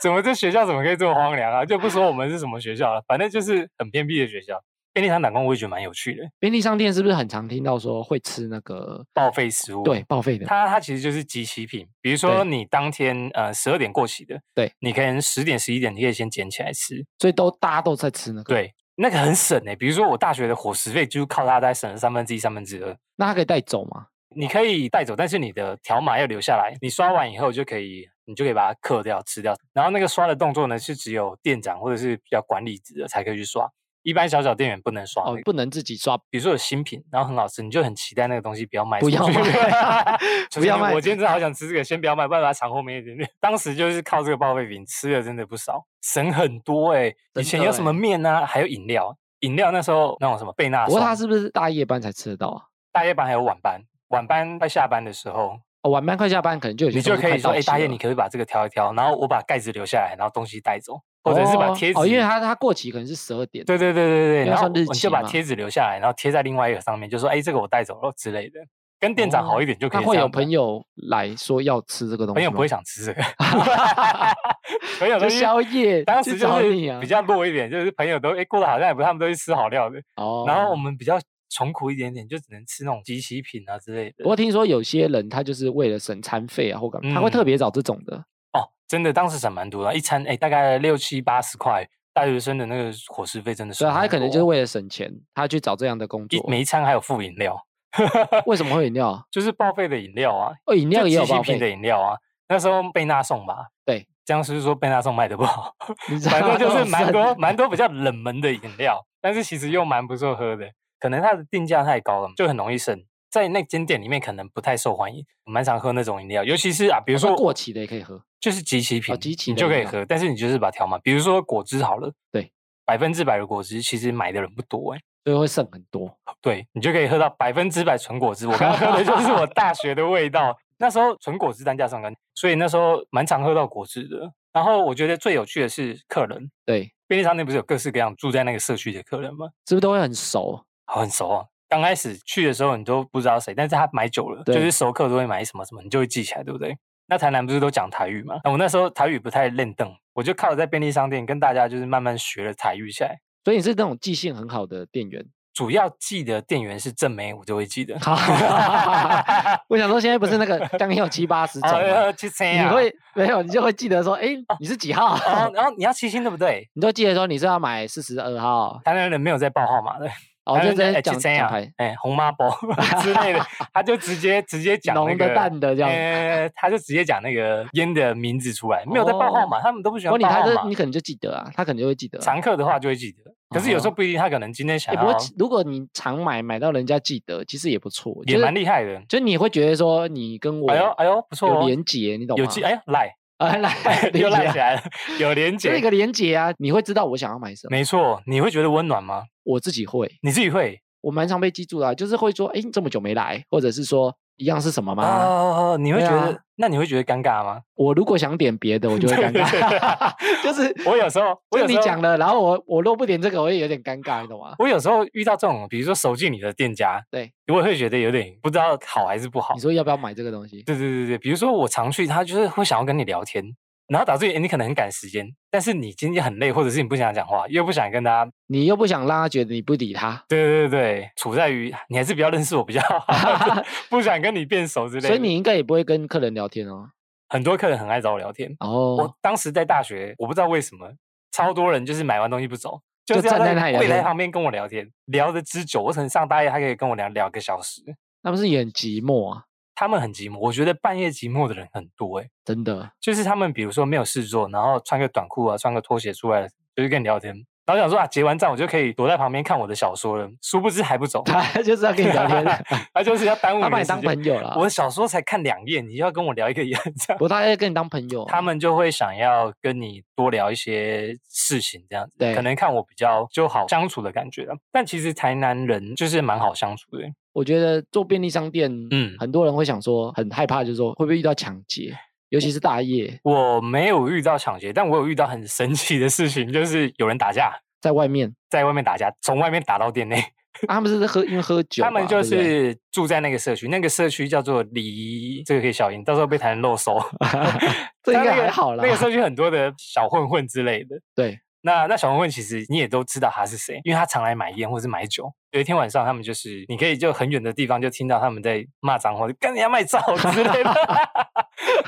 A: 怎么这学校怎么可以这么荒凉啊？就不说我们是什么学校了，反正就是很偏僻的学校。便利商店打工我也觉得蛮有趣的，
B: 便利商店是不是很常听到说会吃那个
A: 报废食物。啊
B: 对报废的？
A: 它它其实就是集齐品，比如说
B: 对
A: 你当天呃十二点过期的，
B: 对，
A: 你可能十点十一点你可以先捡起来吃，
B: 所以都大家都在吃那个，
A: 对，那个很省哎、比如说我大学的伙食费就是靠它，大概省了三分之一、三分之二。
B: 那它可以带走吗？
A: 你可以带走，但是你的条码要留下来。你刷完以后就可以，你就可以把它刻掉、吃掉。然后那个刷的动作呢，是只有店长或者是比较管理职的才可以去刷，一般小小店员不能刷、
B: 哦，不能自己刷。
A: 比如说有新品，然后很好吃，你就很期待那个东西不要卖
B: 不
A: 出去，
B: 要卖 [LAUGHS]
A: 就
B: 不
A: 是
B: 要
A: 你
B: 卖
A: 我今天真的好想吃这个，先不要卖，不然把它藏后面一点点。当时就是靠这个报废品吃了真的不少，省很多哎、以
B: 真
A: 前
B: 的
A: 有什么
B: 欸
A: 面啊，还有饮料，饮料那时候那种什么贝纳
B: 不过它
A: 颂，
B: 是不是大夜班才吃得到啊？
A: 大夜班还有晚班，晚班快下班的时候，
B: 哦，晚班快下班可能就有些
A: 你就
B: 东西
A: 可以
B: 快
A: 说，
B: 到
A: 哎、
B: 期
A: 大爷，
B: 了
A: 你可不可以把这个挑一挑，然后我把盖子留下来，然后东西带走，或者是把
B: 哦
A: 贴纸、
B: 哦，因为它它过期可能是十二点，
A: 对对对对对，
B: 因为
A: 然后
B: 算日
A: 你
B: 期
A: 就把
B: 嘛
A: 贴纸留下来，然后贴在另外一个上面，就说，哎、这个我带走了之类的，跟店长好一点就可
B: 哦
A: 以。
B: 那会有朋
A: 友，
B: 友来说要吃这个东西吗，
A: 朋友不会
B: [LAUGHS]
A: 想吃这个， [LAUGHS] 朋友都
B: 就是宵夜，
A: 当
B: 去
A: 时就
B: 找你
A: 是
B: 啊
A: 比。较弱一点，就是朋友都哎、过得好像也不，他们都去吃好料的，
B: 哦，
A: 然后我们比较穷苦一点点，就只能吃那种即食品啊之类的
B: 不。过听说有些人他就是为了省餐费啊或干嘛，他会
A: 嗯
B: 特别找这种的。
A: 哦，真的，当时省蛮多的，一餐哎、大概六七八十块，大学生的那个伙食费真的是
B: 所以
A: 很多哦，
B: 啊他可能就是为了省钱，他去找这样的工
A: 一
B: 作。
A: 每一餐还有附饮料，
B: 为什么会有饮料啊？
A: 就是报废的饮料啊，
B: 哦，饮料
A: 就
B: 也有
A: 机器
B: 报
A: 瓶的
B: 废，
A: 饮料啊。那时候贝纳颂吧，
B: 对，
A: 僵尸说贝纳颂卖的不
B: [LAUGHS]
A: 好，
B: 你知道
A: 反正就
B: 那
A: 是
B: 种
A: 蛮
B: 剩
A: 多蛮多比较冷门的饮料，但是其实又蛮不错喝的，可能它的定价太高了，就很容易剩。在那间店里面可能不太受欢迎，我蛮常喝那种饮料，尤其是啊，比如
B: 哦那
A: 说
B: 过期的也可以喝，
A: 就是集齐品，
B: 集齐
A: 你
B: 的
A: 就
B: 饮
A: 可以
B: 料
A: 喝，但是你就是把条码，比如说果汁好了，
B: 对，
A: 百分之百的果汁其实买的人不多哎、
B: 所以会剩很多。
A: 对你就可以喝到百分之百纯果汁。我刚刚喝的就是我大学的味道，那时候纯果汁单价上根，所以那时候蛮常喝到果汁的。然后我觉得最有趣的是客人，
B: 对，
A: 便利商店不是有各式各样住在那个社区的客人吗？
B: 是不是都会很熟？
A: 好很熟啊。刚开始去的时候你都不知道谁，但是他买久了，就
B: 对
A: 是熟客都会买什么什么，你就会记起来，对不对？那台南不是都讲台语嘛？那我那时候台语不太练邓，我就靠在便利商店跟大家就是慢慢学了台语起来。
B: 所以你是那种记性很好的店员。 [LAUGHS]
A: 主要记得店员是正妹，我就会记得。 [LAUGHS]
B: 好我想说，现在不是那个刚刚有七八十种
A: 好
B: 吗？
A: 呃去吃
B: 你
A: 啊
B: 会没有，你就会记得说，哎，你是几号？啊 [LAUGHS]
A: 哦，然后你要七星对不对？
B: 你就记得说你是要买四十二号，啊
A: 台南人没有在报号码的，
B: [LAUGHS]
A: 哎
B: 哦，
A: 台
B: 就
A: 南
B: 直接
A: 人
B: 讲
A: 这
B: 讲
A: 样，
B: 牌，
A: 哎，红妈
B: [LAUGHS]
A: 包之类的，他就直接直接讲那
B: 浓的
A: 个
B: 淡的这样
A: 呃，他就直接讲那个烟的名字出来，没有在报号码，他们都不喜
B: 如果
A: 欢
B: 哦
A: 报
B: 你他
A: 号
B: 就
A: 码
B: 你。可能就记得啊，他可能就会记得啊。
A: 常客的话就会记得，可是有时候不一定，他可能今天想
B: 也哎不过
A: 要，
B: 其如果你常买买到人家记得，其实也不错，
A: 也蛮厉
B: 害。
A: 害的。
B: 就你会觉得说你跟我
A: 哎呦哎呦，不错
B: 有
A: 哦，
B: 连结，你懂吗？ [LAUGHS]
A: 有记哎呦赖
B: 啊来
A: [LAUGHS] 又赖
B: 连
A: 起
B: 结啊， [LAUGHS]
A: 来了，有连
B: 这
A: 结，
B: 个连结啊，你会知道我想要买什么。
A: 没错，你会觉得温暖吗？
B: 我自己会，
A: 你自己会
B: 我蛮常被记住的啊、就是会说，哎，你这么久没来，或者是说一样是什么吗？
A: 哦，你会
B: 对
A: 觉
B: 啊
A: 得，那你会觉得尴尬吗？
B: 我如果想点别的，我就会尴尬， [LAUGHS] 就是
A: [LAUGHS] 我有时候，我
B: 就
A: 有
B: 你
A: 时候
B: 讲了，然后我我若不点这个，我也有点尴尬，你懂吗？
A: 我有时候遇到这种，比如说手机里的店家，
B: 对，
A: 我也会觉得有点不知道好还是不好
B: 你。说要不要买这个东西？
A: 对对对对，比如说我常去，他就是会想要跟你聊天，然后导致你可能很赶时间，但是你今天很累，或者是你不想讲话，又不想跟他，
B: 你又不想让他觉得你不理他，
A: 对对对对，处在于 [LAUGHS] 你还是不要认识我比较好， [LAUGHS] 不想跟你变熟之类的。
B: 所以你应该也不会跟客人聊天哦。
A: 很多客人很爱找我聊天。
B: 哦
A: 我，当时在大学，我不知道为什么，超多人就是买完东西不走，就
B: 就是
A: 要
B: 站在那里聊
A: 柜台
B: 天
A: 旁边跟我聊天，聊得之久，我可能上大夜还可以跟我聊两个小时。
B: 那不是也很寂寞啊？
A: 他们很寂寞，我觉得半夜寂寞的人很多诶、
B: 真的，，
A: 就是他们比如说没有事做，然后穿个短裤啊，穿个拖鞋出来，就是跟你聊天，然后想说啊，结完账我就可以躲在旁边看我的小说了，殊不知还不走
B: 他就是要跟你聊天，
A: [LAUGHS] 他就是要耽误
B: 他
A: 你
B: 把
A: 的
B: 你当
A: 时间。
B: 朋友啊了。
A: 我的小说才看两页，你就要跟我聊一个夜，这样
B: 不过他要跟你当朋友啊，
A: 他们就会想要跟你多聊一些事情，这样子，
B: 对
A: 可能看我比较就好相处的感觉了。但其实台南人就是蛮好相处的，欸
B: 我觉得做便利商店，嗯
A: 嗯，
B: 很多人会想说，很害怕，就是说会不会遇到抢劫，尤
A: 哦
B: 其是大夜
A: 我没有遇到抢劫，但我有遇到很神奇的事情，就是有人打架，
B: 在外
A: [LAUGHS]
B: 面，
A: 在外面打架，从外面打到店内。
B: 啊他们是喝因为喝酒吧，
A: 他们就
B: 对不对。
A: 是住在那个社区，那个社区叫做离，这个可以小音，到时候被台人漏收
B: [LAUGHS] 这
A: 它
B: 应该
A: 那个
B: 还好
A: 那
B: 啦
A: 个社区很多的小混混之类的。
B: 对，
A: 那那小混混其实你也都知道他是谁，因为他常来买烟或是买酒。有一天晚上，他们就是你可以就很远的地方就听到他们在骂脏话，跟人家卖
B: [LAUGHS]
A: 照之类的，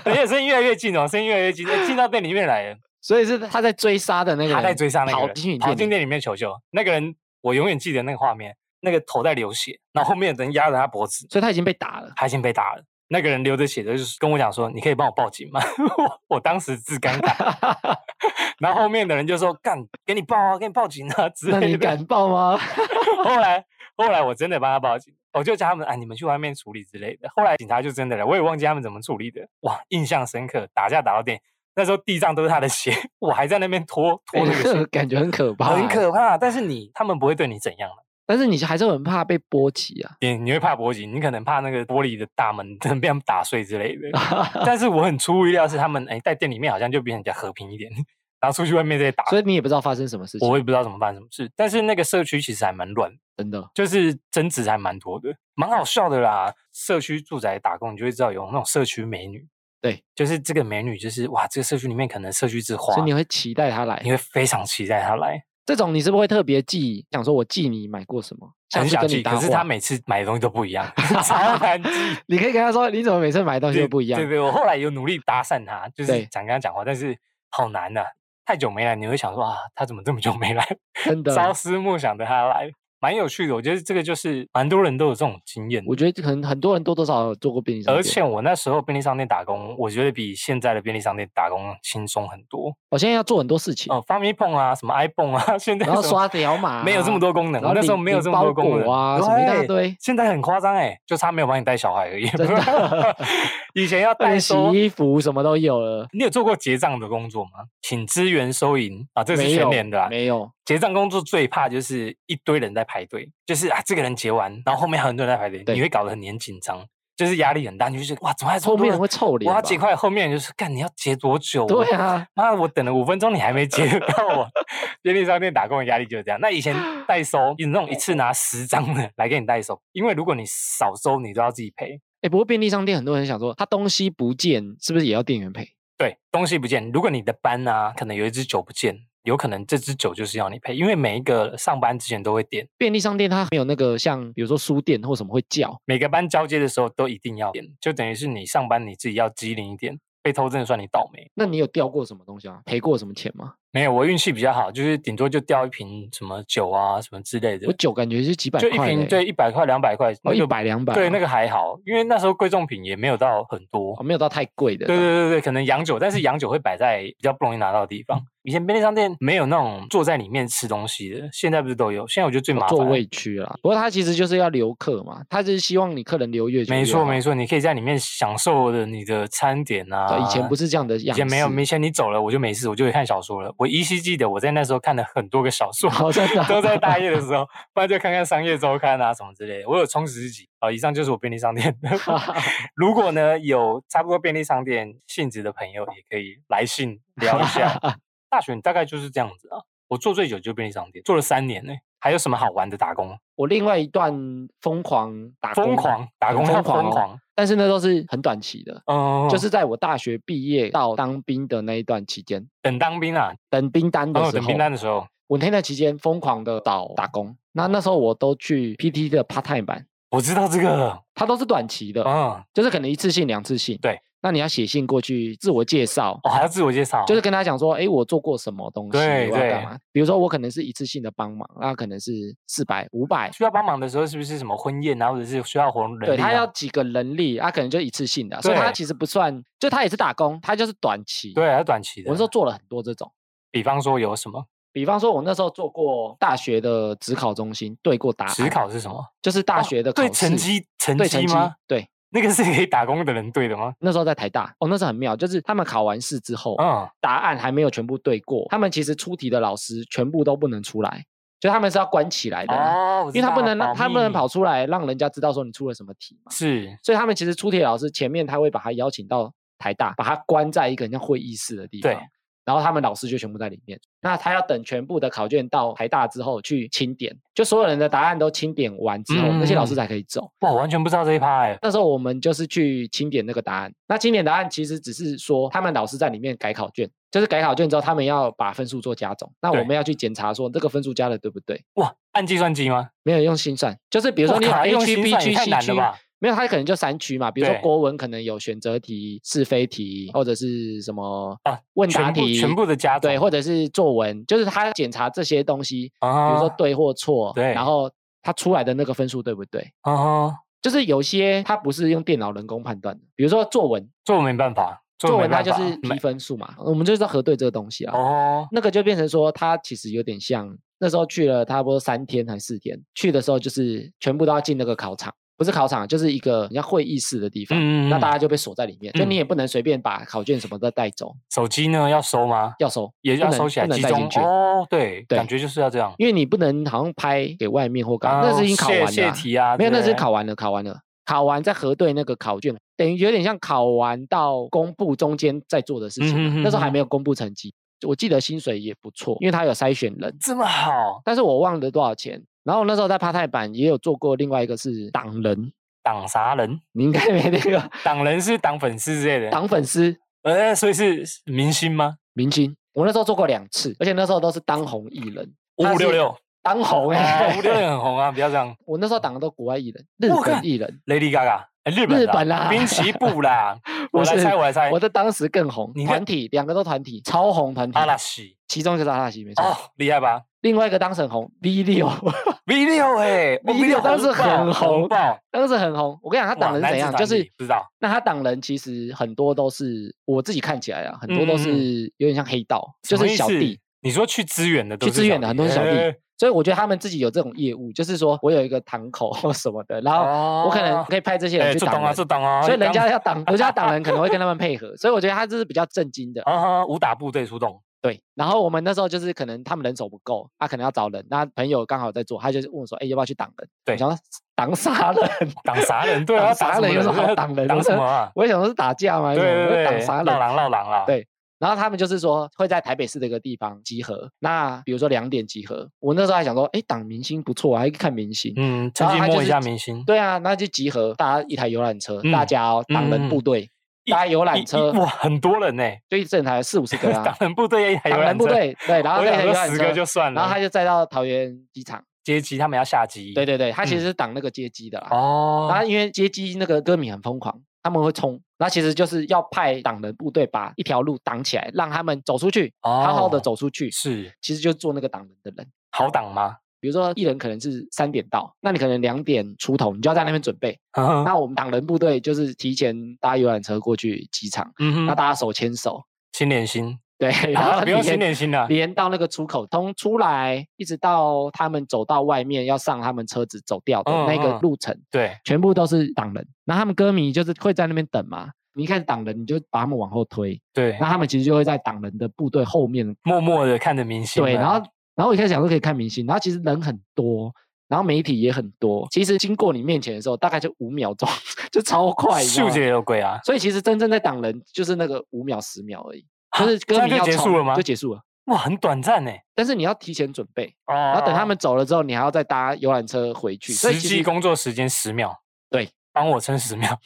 A: 而且声音越来越近哦，声音越来越近，哎进到店里面来了。
B: 所以是他在追杀的那个人，
A: 他在追杀那个
B: 跑
A: 人，
B: 进你
A: 跑进
B: 里，
A: 店里面求救。那个人，我永远记得那个画面，那个头在流血，然后后面的人压着他脖子，
B: 所以他已经被
A: [LAUGHS]
B: 打了。
A: 他已经被打了。那个人流着血的，就是跟我讲说：“你可以帮我报警吗？” [LAUGHS] 我我当时自尴尬，
B: [LAUGHS]
A: 然后后面的人就说：“干，给你报啊，给你报警啊之
B: 那你
A: 类的。”
B: 敢报吗？
A: [LAUGHS] 后来后来我真的帮他报警，我就叫他们：“哎，你们去外面处理之类的。”后来警察就真的来，我也忘记他们怎么处理的。哇，印象深刻，打架打到电，那时候地上都是他的血，我还在那边
B: [LAUGHS]
A: 拖拖那个血
B: 这感觉很可怕，欸
A: 很。可怕。但是你他们不会对你怎样的，
B: 但是你还是很怕被波及啊。
A: 你你会怕波及，你可能怕那个玻璃的大门可能被他们打碎之类的。但是我很出乎意料是他们哎在店里面好像就比人家和平一点，然后出去外面再打。
B: 所以你也不知道发生什么事情，
A: 啊我也不知道怎么办什么事，但是那个社区其实还蛮乱的，
B: 真的
A: 就是争执还蛮多的，蛮好笑的啦。社区住宅打工，你就会知道有那种社区美女，
B: 对，
A: 就是这个美女，就是哇，这个社区里面可能社区之花，
B: 所以你会期待他来
A: 你。会非常期待她来，
B: 这种你是不是会特别记，想说我记你买过什么，下
A: 很
B: 次
A: 想
B: 跟
A: 去。
B: 你搭
A: 可是
B: 话
A: 她每次买的东西都不一样， [LAUGHS] 超难记。
B: 你可以跟他说，你怎么每次买的东西
A: 对
B: 都不一样
A: 对？对，我后来有努力搭讪他，就是
B: 对
A: 想跟他讲话，但是好难呐、太久没来，你会想说啊，他怎么这么久没来？
B: 真的，
A: 朝思暮想的他来，蛮有趣的。我觉得这个就是蛮多人都有这种经验的。
B: 我觉得很很多人多多少少有做过便利商店。
A: 而且我那时候便利商店打工，我觉得比现在的便利商店打工轻松很多。
B: 我现在要做很多事情，
A: 哦、f a m
B: [LAUGHS]
A: i l y p o n 啊，什么 iPhone 啊，现在
B: 然后
A: 什么
B: 刷条码
A: 没有这么
B: 啊
A: 多功能，
B: 然
A: 我
B: 后
A: 那时候
B: 领
A: 没有
B: 领
A: 这么多
B: 包
A: 功
B: 裹
A: 能
B: 啊什么一大
A: 对
B: 堆 [LAUGHS]
A: 现在很夸张哎，就差没有帮你带小孩而已。
B: 真的
A: [LAUGHS] 以前要
B: 帮
A: 带
B: 你洗
A: 收
B: 衣服什么都有了。
A: 你有做过结账的工作吗？请支援收银啊，这是
B: 没
A: 全
B: 有
A: 年的啦。
B: 没有，
A: 结账工作最怕就是一堆人在排队，就是啊，这个人结完，然后后面还有很多人在排队，
B: 对
A: 你会搞得很你很紧张，就是压力很大，你就觉得哇，怎么还这么
B: 后
A: 多
B: 面
A: 人
B: 会臭脸
A: 我
B: 吧。
A: 要结快，后面就是干，你要结多久、啊？
B: 对啊，
A: 妈的，我等了五分钟，你还没
B: [LAUGHS]
A: 接到我。便利商店打工的压力就是这样。那以前代收，那种一次拿十张的来给你代收，因为如果你少收，你都要自己赔。
B: 哎，不过便利商店很多人想说，他东西不见是不是也要店员赔？
A: 对，东西不见，如果你的班啊，可能有一支酒不见，有可能这支酒就是要你赔，因为每一个上班之前都会点，
B: 便利商店它没有那个像比如说书店或什么会叫，
A: 每个班交接的时候都一定要点，就等于是你上班你自己要机灵一点，被偷真的算你倒霉。
B: 那你有掉过什么东西吗？赔过什么钱吗？
A: 没有，我运气比较好，就是顶多就掉一瓶什么酒啊什么之类的
B: 我，酒感觉是几百
A: 就
B: 块
A: 一
B: 嘞，
A: 瓶对一百块两百块，
B: 哦，
A: 那
B: 一
A: 个
B: 百两百，
A: 对那
B: 个
A: 个还好，因为那时候贵重品也没有到很多。
B: 哦没有到太贵的，
A: 对对对对，可能洋酒，但是洋酒会摆在比较不容易拿到的地方。以前便利商店没有那种坐在里面吃东西的，现在不是都有？现在我觉得最麻
B: 哦，
A: 烦
B: 座位区啦。不过它其实就是要留客嘛，它就是希望你客人留越久越好。
A: 没错没
B: 错，
A: 错，你可以在里面享受的你的餐点啊。
B: 以前不
A: 是
B: 是这样的样
A: 以
B: 子，
A: 前没有，以前你走了我就没事，我就可以看小说了。我依稀记得我在那时候看了很多个小
B: [LAUGHS]
A: 说，
B: 好哦真
A: [LAUGHS]
B: 的
A: 都在大夜的时候，不然就看看商业周刊啊什么之类的。我有充实自己。好，以上就是我便利商店
B: [LAUGHS]
A: 的如果呢有差不多便利商店性质的朋友，也可以来信聊一下。大学大概就是这样子啊。我做最久就是便利商店，做了三年呢、欸还有什么好玩的打工？
B: [LAUGHS] 我另外一段疯狂打工，
A: 疯狂打工，
B: 疯
A: 到
B: 狂
A: 疯
B: 哦
A: 狂，
B: 但是那都是很短期的，
A: 嗯，
B: 就是在我大学毕业到当兵的那一段期间，
A: 等当兵啊，
B: 等兵单的
A: 哦，
B: 时候，
A: 等兵单的时候，
B: 我那段期间疯狂的找打工。那那时候我都去 PT 的 part time 版，
A: 我知道这个，
B: 它都是短期的，
A: 嗯，
B: 就是可能一次性、两次性。
A: 对，
B: 那你要写信过去自我介绍，
A: 哦，还要自我介绍，
B: 就是跟他讲说，哎，我做过什么东西，
A: 对
B: 我要
A: 对
B: 干嘛？比如说我可能是一次性的帮忙，那可能是四百、五百，
A: 需要帮忙的时候，是不是什么婚宴啊，或者是需要活人力啊？
B: 对他要几个人力，他可能就一次性的，所以他
A: 对
B: 其实不算，就他也是打工，他就是短期。，
A: 对，还要短期的。
B: 我那时候做了很多这种，
A: 比方说有什么
B: 比方说我那时候做过大学的职考中心，对过答案，
A: 职考是什么？
B: 就是大学的考
A: 对
B: 试、
A: 成绩成
B: 对成
A: 绩
B: 绩
A: 吗？？
B: 对，
A: 那个是给打工的人对的吗？
B: 那时候在台大，哦，那时候很妙，就是他们考完试之后，
A: 嗯，
B: 答案还没有全部对过，他们其实出题的老师全部都不能出来，就他们是要关起来的啦。
A: 哦，我
B: 因为
A: 知
B: 他不
A: 道
B: 能让他不能，
A: 保
B: 跑
A: 密
B: 出来，让人家知道说你出了什么题嘛。
A: 是
B: 所以他们其实出题的老师前面他会把他邀请到台大，把他关在一个很像会议室的地
A: 对
B: 方，然后他们老师就全部在里面。那他要等全部的考卷到台大之后去清点，就所有人的答案都清点完之后，那些老
A: 嗯
B: 师才可以走。
A: 哇，我完全不知道这一趴哎，
B: 那时候我们就是去清点那个答案。那清点答案其实只是说他们老师在里面改考卷，就是改考卷之后他们要把分数做加总，那我
A: 对
B: 们要去检查说这个分数加的对不对。
A: 哇，按计算机吗？
B: 没有用心算，就是比
A: 比
B: 如说你有 A
A: 用
B: 区、
A: 心
B: B
A: 算也
B: 区、
A: 太
B: C
A: 难了
B: 区，
A: 吧？
B: 没有，它可能就三区嘛，比如说
A: 对
B: 国文可能有选择题、是非题，或者是什么
A: 啊
B: 问答
A: 全部
B: 题，
A: 全部的加
B: 对，
A: 总
B: 或者是作文，就是他检查这些东西，比
A: 啊，
B: 如说对或错，
A: 对
B: 然后他出来的那个分数对不对？
A: 啊，
B: 就是有些它不是用电脑人工判断的，比如说作文，
A: 作文没办法，
B: 作
A: 没
B: 文它
A: 办
B: 就
A: 法
B: 是
A: 没
B: 批分数嘛，我们就是要核对这个东西啊。
A: 哦，
B: 那个就变成说，他其实有点像那时候去了差不多三天还四天，去的时候就是全部都要进那个考场，不是考场，就是一个像会议室的地方。
A: 嗯嗯，
B: 那
A: 嗯
B: 大家就被锁在里面，就
A: 嗯
B: 你也不能随便把考卷什么的带走，
A: 手机呢要收吗？
B: 要收，
A: 也
B: 不
A: 要
B: 能
A: 收起来
B: 不能
A: 集
B: 带进
A: 中
B: 去
A: 哦，对，
B: 对
A: 感觉就是要这样。
B: 因为你不能好像拍给外面或干嘛，那
A: 啊
B: 是已经考
A: 泄
B: 完了
A: 泄
B: 啊、
A: 题啊，
B: 没有，那
A: 对
B: 是考完了，考完了，考完再核对那个考卷，等于有点像考完到公布中间在做的事情啊、
A: 嗯哼哼
B: 那时候还
A: 哼
B: 没有公布成绩，我记得薪水也不错，因为他有筛选人，
A: 这么好，
B: 但是我忘了多少钱。然后那时候在帕泰版也有做过另外一个是党人，
A: 党啥人？
B: 你应该 [LAUGHS] 没那个
A: 党人是党粉丝之类的，
B: 党粉丝
A: 呃，所以是明星吗？
B: 明星，我那时候做过两次，而且那时候都是当红艺人，
A: 五
B: 他
A: 五六
B: 是
A: 六，
B: 当红哎、 [LAUGHS]
A: 啊五五六六很红啊，不要这样。
B: 我那时候党的都国外艺人，日
A: 我
B: 本
A: 看
B: 艺人，
A: Lady Gaga，哎日本
B: 日
A: 的啊
B: 本啦，
A: 滨崎步啦我
B: 不
A: 来
B: 是
A: 猜，我来猜，
B: [LAUGHS] 我在当时更红，
A: 你看
B: 团体两个都团体，超红团体，
A: 阿拉西，
B: 其中一个嗯是阿拉西没错，
A: 哦，厉害吧
B: 另外一个当时很红 V 六，
A: ？V
B: [LAUGHS]
A: 六哎
B: V 六当时很红
A: 爆，
B: 当时很红。我跟你讲，他
A: 哇
B: 党人
A: 男
B: 是怎
A: 子
B: 样，
A: 团
B: 就是
A: 体不知道
B: 那他党人其实很多都是我自己看起来啊，很多都
A: 嗯嗯嗯
B: 是有点像黑道，就
A: 什么
B: 是
A: 意
B: 小
A: 思
B: 弟。
A: 你说去支援的都
B: 去
A: 是
B: 支援的
A: 小
B: 很多是小弟
A: 哎
B: 所以我觉得他们自己有这种业务，就是说我有一个堂口或什么的，然后
A: 哦
B: 我可能可以派这些
A: 哎，
B: 人去
A: 这
B: 党
A: 懂啊，这
B: 人，
A: 懂啊，
B: 所以人
A: 当
B: 家要党，人家党人可能会跟他们配合，所以我觉得他这是比较震惊的。
A: 啊哈，武打部队出动，
B: 对，然后我们那时候就是可能他们人手不够，他、可能要找人，那朋友刚好在做，他就是问我说：“哎、要不要去挡人？”我
A: 对
B: 想说挡啥人？ [LAUGHS]
A: 挡啥人？对啊，
B: 挡啥
A: 打什么
B: 人有什么
A: [LAUGHS]
B: 好挡人
A: 挡
B: 的
A: 什么
B: [LAUGHS]
A: 啊？
B: 我也想说是打架吗？
A: 对对对，
B: 挡啥
A: 闹
B: 人？
A: 狼闹狼啦，
B: 对然后他们就是说会在台北市的一个地方集合，那比如说两点集合，我那时候还想说，哎，挡明星不错啊，还可以看明星。
A: 嗯，趁机
B: 他就
A: 摸一
B: 是
A: 下明星，
B: 对啊，那就集合，大家一台游览车，大
A: 嗯
B: 家哦，挡人
A: 嗯
B: 部队，
A: 一
B: 搭游览
A: 一
B: 车
A: 一哇，很多人呢，
B: 就一整台四五十
A: [LAUGHS]
B: 个
A: 挡
B: 啊，
A: 人部队还有
B: 挡人部，队，对，然后
A: 我
B: 那台
A: 想
B: 游
A: 说
B: 览
A: 十个
B: 车，
A: 就算了，
B: 然后他就载到桃园机场。
A: 接机，他们要下机。
B: 对对对，他其
A: 嗯
B: 实是挡那个接机的啦。
A: 哦，
B: 然后因为接机那个歌迷很疯狂，他们会冲，那其实就是要派党的部队把一条路挡起来，让他们走出去，好好的
A: 哦
B: 走出去。
A: 是
B: 其实就做那个挡人的人。
A: 好挡吗？
B: 比如说一人可能是三点到，那你可能两点出头，你就要在那边准备。
A: 嗯哼
B: 那我们挡人部队就是提前搭游览车过去机场，
A: 嗯
B: 那
A: 哼，
B: 大家手牵手，
A: 新连心，
B: 对， [LAUGHS] 然
A: 啊
B: 后
A: 不用
B: 连
A: 新连心了，
B: 连到那个出口，从出来一直到他们走到外面要上他们车子走掉的
A: 嗯
B: 那个
A: 嗯
B: 路程，
A: 对，
B: 全部都是党人，那他们歌迷就是会在那边等嘛。你一开始党人，你就把他们往后推，
A: 对
B: 那，他们其实就会在党人的部队后面。
A: 默默的看着明星啊，
B: 对，然后然后我一开始想说可以看明星，然后其实人很多，然后媒体也很多。其实经过你面前的时候，大概就五秒钟， [LAUGHS] 就超快。你知道
A: 嗅
B: 吗
A: 觉有鬼啊，
B: 所以其实真正在党人就是那个五秒十秒而已， [LAUGHS] 就是
A: 啊这
B: 歌
A: 样
B: 迷
A: 就
B: 要
A: 结束
B: 冲
A: 了吗
B: 就结束了。
A: 哇，很短暂欸呢。
B: 但是你要提前准备，
A: 哦，
B: 然
A: 然
B: 后等他们走了之后，你还要再搭游览车回去。所以
A: 实
B: 其
A: 际
B: 实
A: 工作时间十秒，
B: 对，
A: 帮我撑十
B: [LAUGHS]
A: 秒，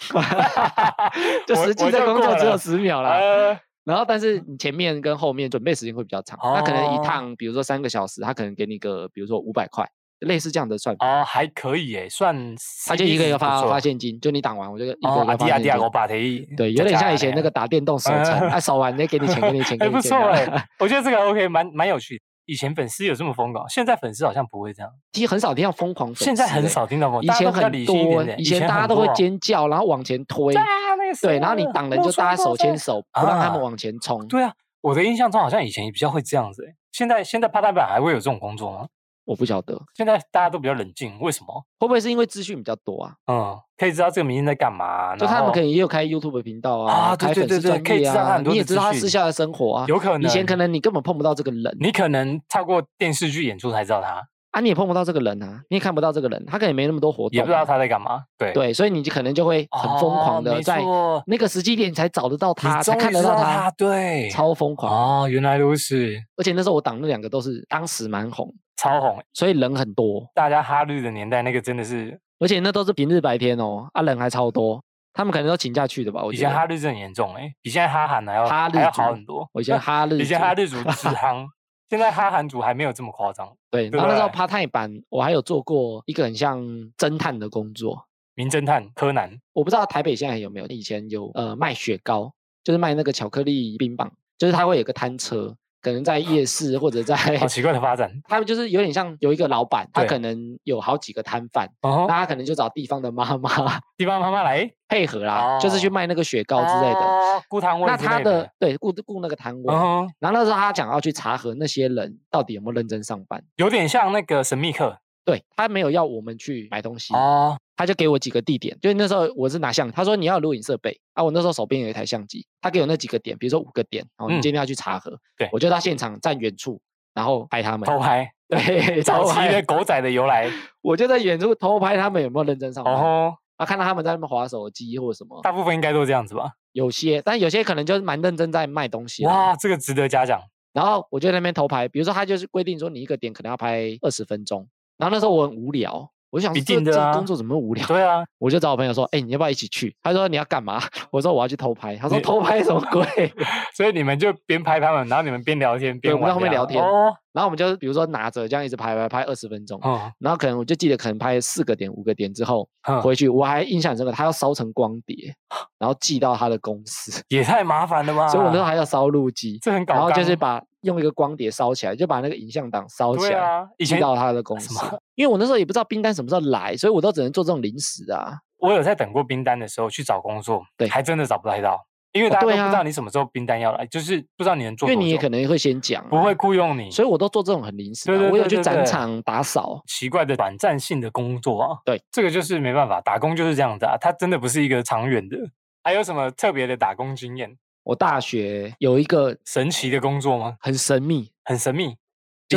B: 就
A: 我
B: 实际
A: 我
B: 的
A: 就
B: 工作
A: 过
B: 只有
A: 了
B: 十秒啦。
A: 呃，
B: 然后，但是你前面跟后面准备时间会比较长，那可能一
A: 哦
B: 趟，比如说三个小时，他可能给你个，比如说五百块，类似这样的算法，
A: 哦，还可以诶，算 CP 值不错，
B: 他就一个一个发发现金，就你打完我就一个一
A: 哦，
B: 个
A: 阿
B: 发
A: 迪亚
B: 现
A: 迪亚，我
B: 金。
A: 把提，
B: 对，有点像以前那个打电动手
A: 嗯 [LAUGHS]
B: 残，啊，手完再给你钱，给你钱，给
A: 还
B: 你
A: 不
B: 钱
A: 错
B: 这
A: 哎
B: 样，
A: 我觉得这个 OK，蛮蛮有趣的。以前粉丝有这么疯狂，现在粉丝好像不会这样，
B: 其实很少听到疯狂粉丝欸，
A: 现在很少听到疯狂，
B: 以
A: 大家
B: 前
A: 都比较
B: 很
A: 理性一
B: 多
A: 点点，
B: 以前大家
A: 很
B: 都会
A: 多
B: 尖叫，然后往前推，
A: 啊那个谁
B: 对，然后你
A: 啊
B: 挡人
A: 莫
B: 就大家
A: 川
B: 手
A: 莫
B: 牵
A: 川
B: 手，不让他们
A: 啊
B: 往前冲。
A: 对啊，我的印象中好像以前比较会这样子欸，现在现在趴蛋版还会有这种工作吗？
B: 我不晓得会
A: 现在大家都比较冷静，为什么？
B: 不会是因为资讯比较多啊，
A: 嗯，可以知道这个明星在干嘛，
B: 就
A: 然
B: 他们
A: 后
B: 可能也有开 YouTube 频道
A: 啊对
B: 开
A: 对
B: 粉丝
A: 对
B: 专
A: 对可以
B: 业
A: 知道他
B: 啊，
A: 很多
B: 你也
A: 的
B: 知
A: 资
B: 道他私
A: 讯
B: 下的生活啊。
A: 有可能
B: 以前可能你根本碰不到这个人
A: 你可能透过电视剧演出才知道他，
B: 啊，你也碰不到这个人啊，你也看不到这个人，他可能也没那么多活动，啊
A: 也不知道。他在干嘛，对，
B: 对，所以你就可能就会很疯
A: 哦
B: 狂的
A: 没
B: 在
A: 错
B: 那个时机点才找得到他，
A: 你
B: 才
A: 终
B: 看
A: 于
B: 得
A: 知
B: 到
A: 道他对
B: 超疯狂。
A: 哦，原来如此，
B: 而且那时候我挡那两个都是当时蛮红，
A: 超红，
B: 所以人很多，
A: 大家哈日的年代那个真的是
B: 而且那都是平日白天哦，啊人还超多，他们可能都请假去的吧？我
A: 以
B: 觉
A: 前
B: 得
A: 哈日症很严重哎、欸，比现在哈韩还要
B: 哈
A: 还要
B: 日族
A: 好很多。
B: 我
A: [LAUGHS]
B: 以前哈日族，
A: 以前哈日族之夯，现在哈韩族还没有这么夸张。
B: [LAUGHS]
A: [LAUGHS]
B: 对，
A: 对
B: 然后那时候
A: 不对
B: 帕泰版我还有做过一个很像侦探的工作，
A: 名侦探柯南
B: [LAUGHS] 我不知道台北现在有没有，以前有呃卖雪糕，就是卖那个巧克力冰棒，就是它会有个摊车，可能在夜市或者在，
A: 好奇怪的发展。
B: [LAUGHS] 他们就是有点像有一个老板，他
A: 哦对
B: 可能有好几个摊贩，
A: 哦
B: 那，他可能就找地方的妈妈
A: 地方妈妈来
B: 配合啦，就是去
A: 哦
B: 卖那个雪糕之类的。
A: 哦顾摊位
B: 那
A: 之
B: 他
A: 类嗯
B: 的，对雇雇那个摊位，
A: 哦，
B: 然后那时候他讲要去查核那些人到底有没有认真上班。
A: 有点像那个神秘客
B: 对他没有要我们去买东西，
A: 哦，
B: 他就给我几个地点，就是那时候我是拿相，他说你要有录影设备啊，我那时候手边有一台相机，他给我那几个点，比如说五个点，然后你
A: 嗯
B: 今天要去查核，
A: 对
B: 我就到现场站远处，然后拍他们，
A: 偷
B: [LAUGHS]
A: 拍，
B: 对，
A: 早
B: 偷
A: 期的
B: 拍，
A: 狗仔的由来。
B: [LAUGHS] 我就在远处偷拍他们有没有认真上班，
A: 哦，
B: 啊，看到他们在那边划手机或者什么，
A: 大部分应该都这样子吧？
B: 有些，但有些可能就是蛮认真在卖东西啦，
A: 哇，这个值得嘉奖。
B: 然后我就在那边偷拍，比如说他就是规定说你一个点可能要拍二十分钟，然后那时候我很无聊，我就想
A: 一
B: 说这
A: 定的
B: 这个
A: 啊
B: 工作怎么会无聊？ [LAUGHS]
A: 对啊，
B: 我就找我朋友说，哎、你要不要一起去？他说你要干嘛？ [LAUGHS] 我说我要去偷拍。他说
A: 你
B: 偷拍什么鬼？ [LAUGHS]
A: 所以你们就边拍他们，然后你们边聊天边
B: 我们在
A: 玩
B: 后面
A: 这样
B: 聊天
A: 哦
B: 然后我们就比如说拿着这样一直拍拍拍二十分钟，
A: 哦，
B: 然后可能我就记得可能拍四个点五个点之后
A: 哼
B: 回去，我还印象很深刻，他要烧成光碟，
A: 啊
B: 然后寄到他的公司，
A: 也太麻烦了吧？
B: 所以我那时候还要烧录机，
A: 这很啊搞
B: 然后就是
A: 纲啊
B: 把用一个光碟烧起来，就把那个影像档烧起
A: 对
B: 来。
A: 啊，以
B: 寄
A: 前
B: 到他的公司
A: 什么，
B: 因为我那时候也不知道冰单什么时候来，所以我都只能做这种临时的啊。
A: 我有在等过冰单的时候去找工作，
B: 对
A: 还真的找不太到，因为
B: 哦
A: 大家都不
B: 对
A: 知
B: 啊
A: 道你什么时候冰单要来，就是不知道你能
B: 因
A: 做多
B: 为
A: 久，
B: 你也可能会先讲啊，
A: 不会雇佣你，
B: 所以我都做这种很临时的啊、
A: 对对
B: 我有
A: 对
B: 去
A: 对
B: 展
A: 对
B: 场打扫，
A: 奇怪的短暂性的工作啊。
B: 对，
A: 这个就是没办法，打工就是这样的啊，它真的不是一个长远的。还有什么特别的打工经验？
B: 我大学有一个
A: 神奇的工作吗？
B: 很
A: [LAUGHS]
B: 神秘，
A: 很神秘，
B: 就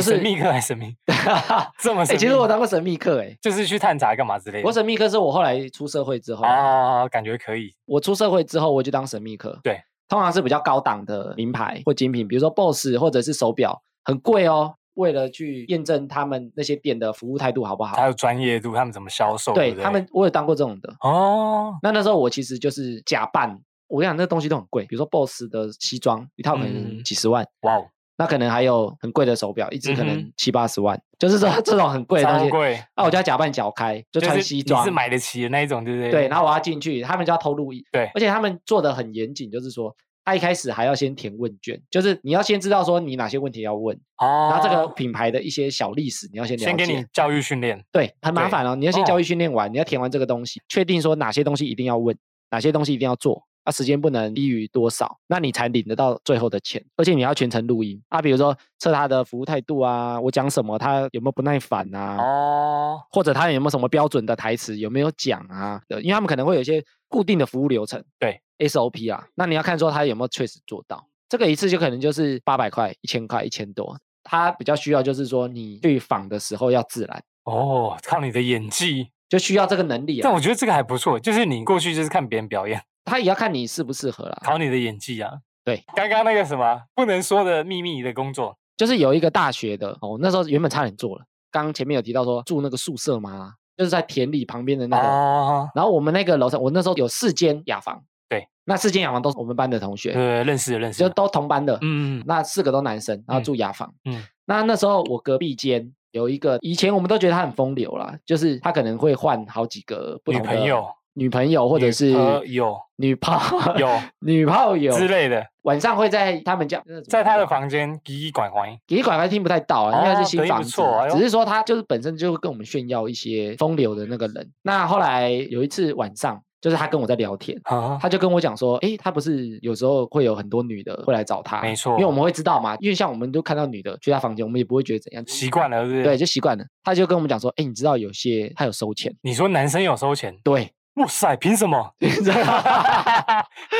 A: 比
B: 是
A: 神秘客还神秘，
B: 哎、
A: 这么神秘。
B: 其实我当过神秘客、哎，
A: 就是去探查干嘛之类的。
B: 我神秘客是我后来出社会之后，
A: 啊，感觉可以。
B: 我出社会之后我就当神秘客，
A: 对，
B: 通常是比较高档的名牌或精品，比如说 BOSS 或者是手表，很贵哦。为了去验证他们那些店的服务态度好不好
A: 还，有专业度，他们怎么销售？
B: 对
A: 不
B: 他们，我有当过这种的，
A: 哦，
B: 那那时候我其实就是假扮，我跟你讲，那东西都很贵，比如说 BOSS 的西装一套可能
A: 嗯
B: 几十万，
A: 哇哦，
B: 那可能还有很贵的手表，一只可
A: 嗯
B: 能
A: 哼
B: 七八十万，就是这这种很贵的东
A: 超
B: 西。啊
A: 贵，
B: 那我就要假扮脚开，就
A: 就
B: 穿
A: 是
B: 西
A: 你
B: 装
A: 是，买得起的那一种，对不对？
B: 对，然后我要进去，他们就要偷录音，
A: 对
B: 而且他们做的很严谨，就是说。他一开始还要先填问卷，就是你要先知道说你哪些问题要问，
A: 哦，
B: 然后这个品牌的一些小历史你要先了解。
A: 先给你教育训练，
B: 对，很麻
A: 对
B: 烦哦。你要先教
A: 哦
B: 育训练完，你要填完这个东西，确定说哪些东西一定要问，哪些东西一定要做，啊，时间不能低于多少，那你才领得到最后的钱。而且你要全程录音啊，比如说测他的服务态度啊，我讲什么，他有没有不耐烦啊，
A: 哦，
B: 或者他有没有什么标准的台词，有没有讲啊？对因为他们可能会有一些固定的服务流程，
A: 对
B: SOP 啊，那你要看说他有没有确实做到。这个一次就可能就是八百块、一千块、一千多。他比较需要就是说你去访的时候要自然。
A: 哦，靠你的演技，
B: 就需要这个能力
A: 但
B: 啊。
A: 我觉得这个还不错，就是你过去就是看别人表演，
B: 他也要看你适不适合啦。
A: 考你的演技啊。
B: 对，
A: 刚刚那个什么不能说的秘密的工作，
B: 就是有一个大学的哦，那时候原本差点做了。刚前面有提到说住那个宿舍嘛，就是在田里旁边的那个。
A: 哦，
B: 然后我们那个楼层，我那时候有四间雅房。
A: 对，
B: 那四间雅房都是我们班的同学，
A: 呃，认识的认识
B: 就
A: 的，
B: 都同班的。
A: 嗯，嗯
B: 那四个都男生，然后
A: 嗯
B: 住雅房。
A: 嗯
B: 那那时候我隔壁间有一个，以前我们都觉得他很风流啦，就是他可能会换好几个不
A: 嗯女
B: 同的
A: 朋友
B: 女朋友或者
A: 女
B: 是
A: 朋
B: [LAUGHS]
A: 友
B: 女炮、
A: 有
B: [LAUGHS] 女炮友
A: 之类的，
B: 晚上会在他们家，
A: 在他的
B: 房。
A: 房间叽叽拐
B: [LAUGHS]
A: 拐，
B: 给管还听不太到啊，应该
A: 哦
B: 是新
A: 得意不
B: 房子
A: 错
B: 啊，
A: 哎呦
B: 只是说他就是本身就会跟我们炫耀一些风流的那个人。那后来有一次晚上，就是他跟我在聊天，
A: 啊，
B: 他就跟我讲说，诶，他不是有时候会有很多女的会来找他，
A: 没
B: 因为
A: 错
B: 我们会知道嘛，因为像我们都看到女的去他房间，我们也不会觉得怎样，
A: 习惯了，对不
B: 对，
A: 对？
B: 就习惯了。他就跟我们讲说，诶，你知道有些他有收钱， [LAUGHS]
A: 你说男生有收钱，
B: 对，
A: 哇塞，凭什
B: [LAUGHS]
A: 么？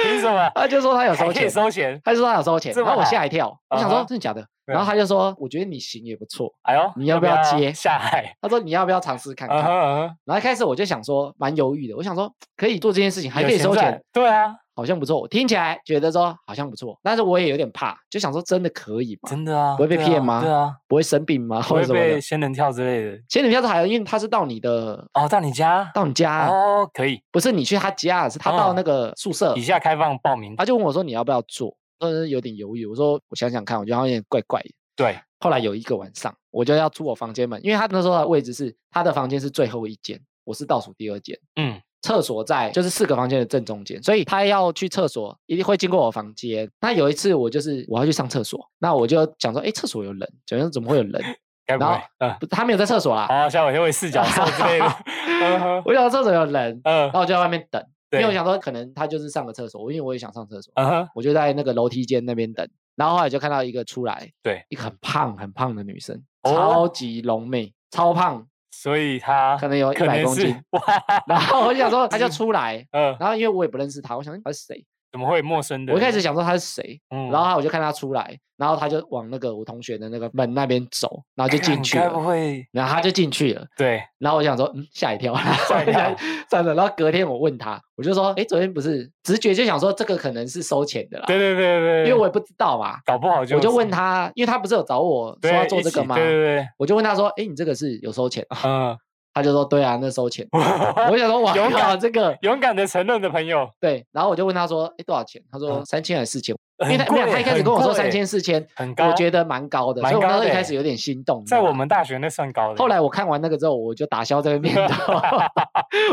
A: 凭什么？
B: 他就说他有收
A: 哎还可以
B: 钱，
A: 收钱？
B: 他就说他有收钱，
A: 这
B: 然后
A: 么
B: 我
A: 好
B: 吓一跳，我想
A: 啊
B: 说
A: 哈
B: 真的假的，
A: 对
B: 然后他就说，我觉得你行也不错，
A: 哎呦，
B: 你要不要接
A: 下海？
B: 他说你要不要尝试看
A: 嗯
B: 看
A: 哼？嗯
B: 然后一开始我就想说蛮犹豫的，我想说可以做这件事情，
A: 哼
B: 还
A: 有
B: 可以收
A: 赚
B: 钱，哦
A: 对啊，
B: 好像不错。我听起来觉得说好像不错，但是我也有点怕，就想说真的可以吗？
A: 真的啊，
B: 不会被
A: 对
B: 骗
A: 啊
B: 吗
A: 对啊，
B: 不会生病吗？
A: 不
B: [LAUGHS] 或者
A: 会
B: 什么的
A: 被？仙人跳之类的。
B: 仙女跳是还有，因为他是到你的
A: 哦，到你家
B: 到你家，
A: 哦，可以。
B: 不是你去他家，是他到
A: 哦
B: 那个宿舍
A: 以，下开放报名。
B: 他就问我说你要不要做，嗯，有点犹豫。我说我想想看，我觉得好像有点怪怪的。
A: 对，
B: 后来有一个晚上，我就要出我房间门，因为他那时候的位置是他的房间是最后一间，我是倒数第二间。
A: 嗯，
B: 厕所在就是四个房间的正中间，所以他要去厕所一定会经过我房间。那有一次我就是我要去上厕所，那我就想说，哎，厕所有人，想说怎么会有人？ [LAUGHS]
A: 该不会
B: 然后，
A: 嗯，
B: 不他没有在厕所啦，
A: 好，下午就会四角兽之
B: [LAUGHS]
A: 类的，嗯哼
B: 我想说厕所有人，
A: 嗯
B: 然后我就在外面
A: [LAUGHS]
B: 等，因
A: 对，
B: 为我想说可能他就是上个厕所，我因为我也想上厕所，
A: 嗯哼，
B: 我就在那个楼梯间那边等。然后后来就看到一个出来，
A: 对，
B: 一个很胖很胖的女生，
A: 哦
B: 超级龙妹，超胖，
A: 所以他
B: 可能有一
A: 可
B: 百
A: 能
B: 公
A: 是
B: 斤。 [LAUGHS]
A: 哇，
B: 然后我就想说，她就出来，
A: [LAUGHS] 嗯，
B: 然后因为我也不认识她，我想她是谁？
A: 怎么会陌生的？
B: 我一开始，想说她是谁，
A: 嗯
B: 然后我就看她出来，然后她就往那个我同学的那个门那边走，然后就进
A: 干
B: 去
A: 嗯该不
B: 了，
A: 会
B: 然后她就进去了。
A: [LAUGHS] 对
B: 然后我想说，嗯，吓一跳，
A: 吓一跳，
B: [LAUGHS] 算了。然后隔天我问他，我就说，哎，昨天不是直觉就想说这个可能是收钱的啦，
A: 对对对对，
B: 因为我也不知道嘛，
A: 搞不好就
B: 我就问他，因为他不是有找我说
A: 对
B: 要做
A: 一
B: 这个
A: 起
B: 吗？
A: 对对对，
B: 我就问他说，哎，你这个是有收钱啊？
A: 嗯，
B: 他就说，对啊，那
A: [LAUGHS]
B: 收钱。 [LAUGHS] 我想说，哇，
A: 勇
B: 靠，
A: 敢
B: 这个
A: 勇敢的承认的朋友，
B: 对。然后我就问他说，哎，多少钱？他说
A: 嗯
B: 三千还是四千？因
A: 因
B: 为他没有，他一开始跟我说三千四千，
A: 很高，
B: 我觉得蛮高的，所
A: 蛮
B: 以我那
A: 高
B: 时候一
A: 的
B: 开
A: 欸
B: 始有点心动。你知
A: 在
B: 道
A: 我
B: 吗
A: 们大学那算高的。
B: 后来我看完那个之后，我就打消这个念
A: [LAUGHS]
B: 头。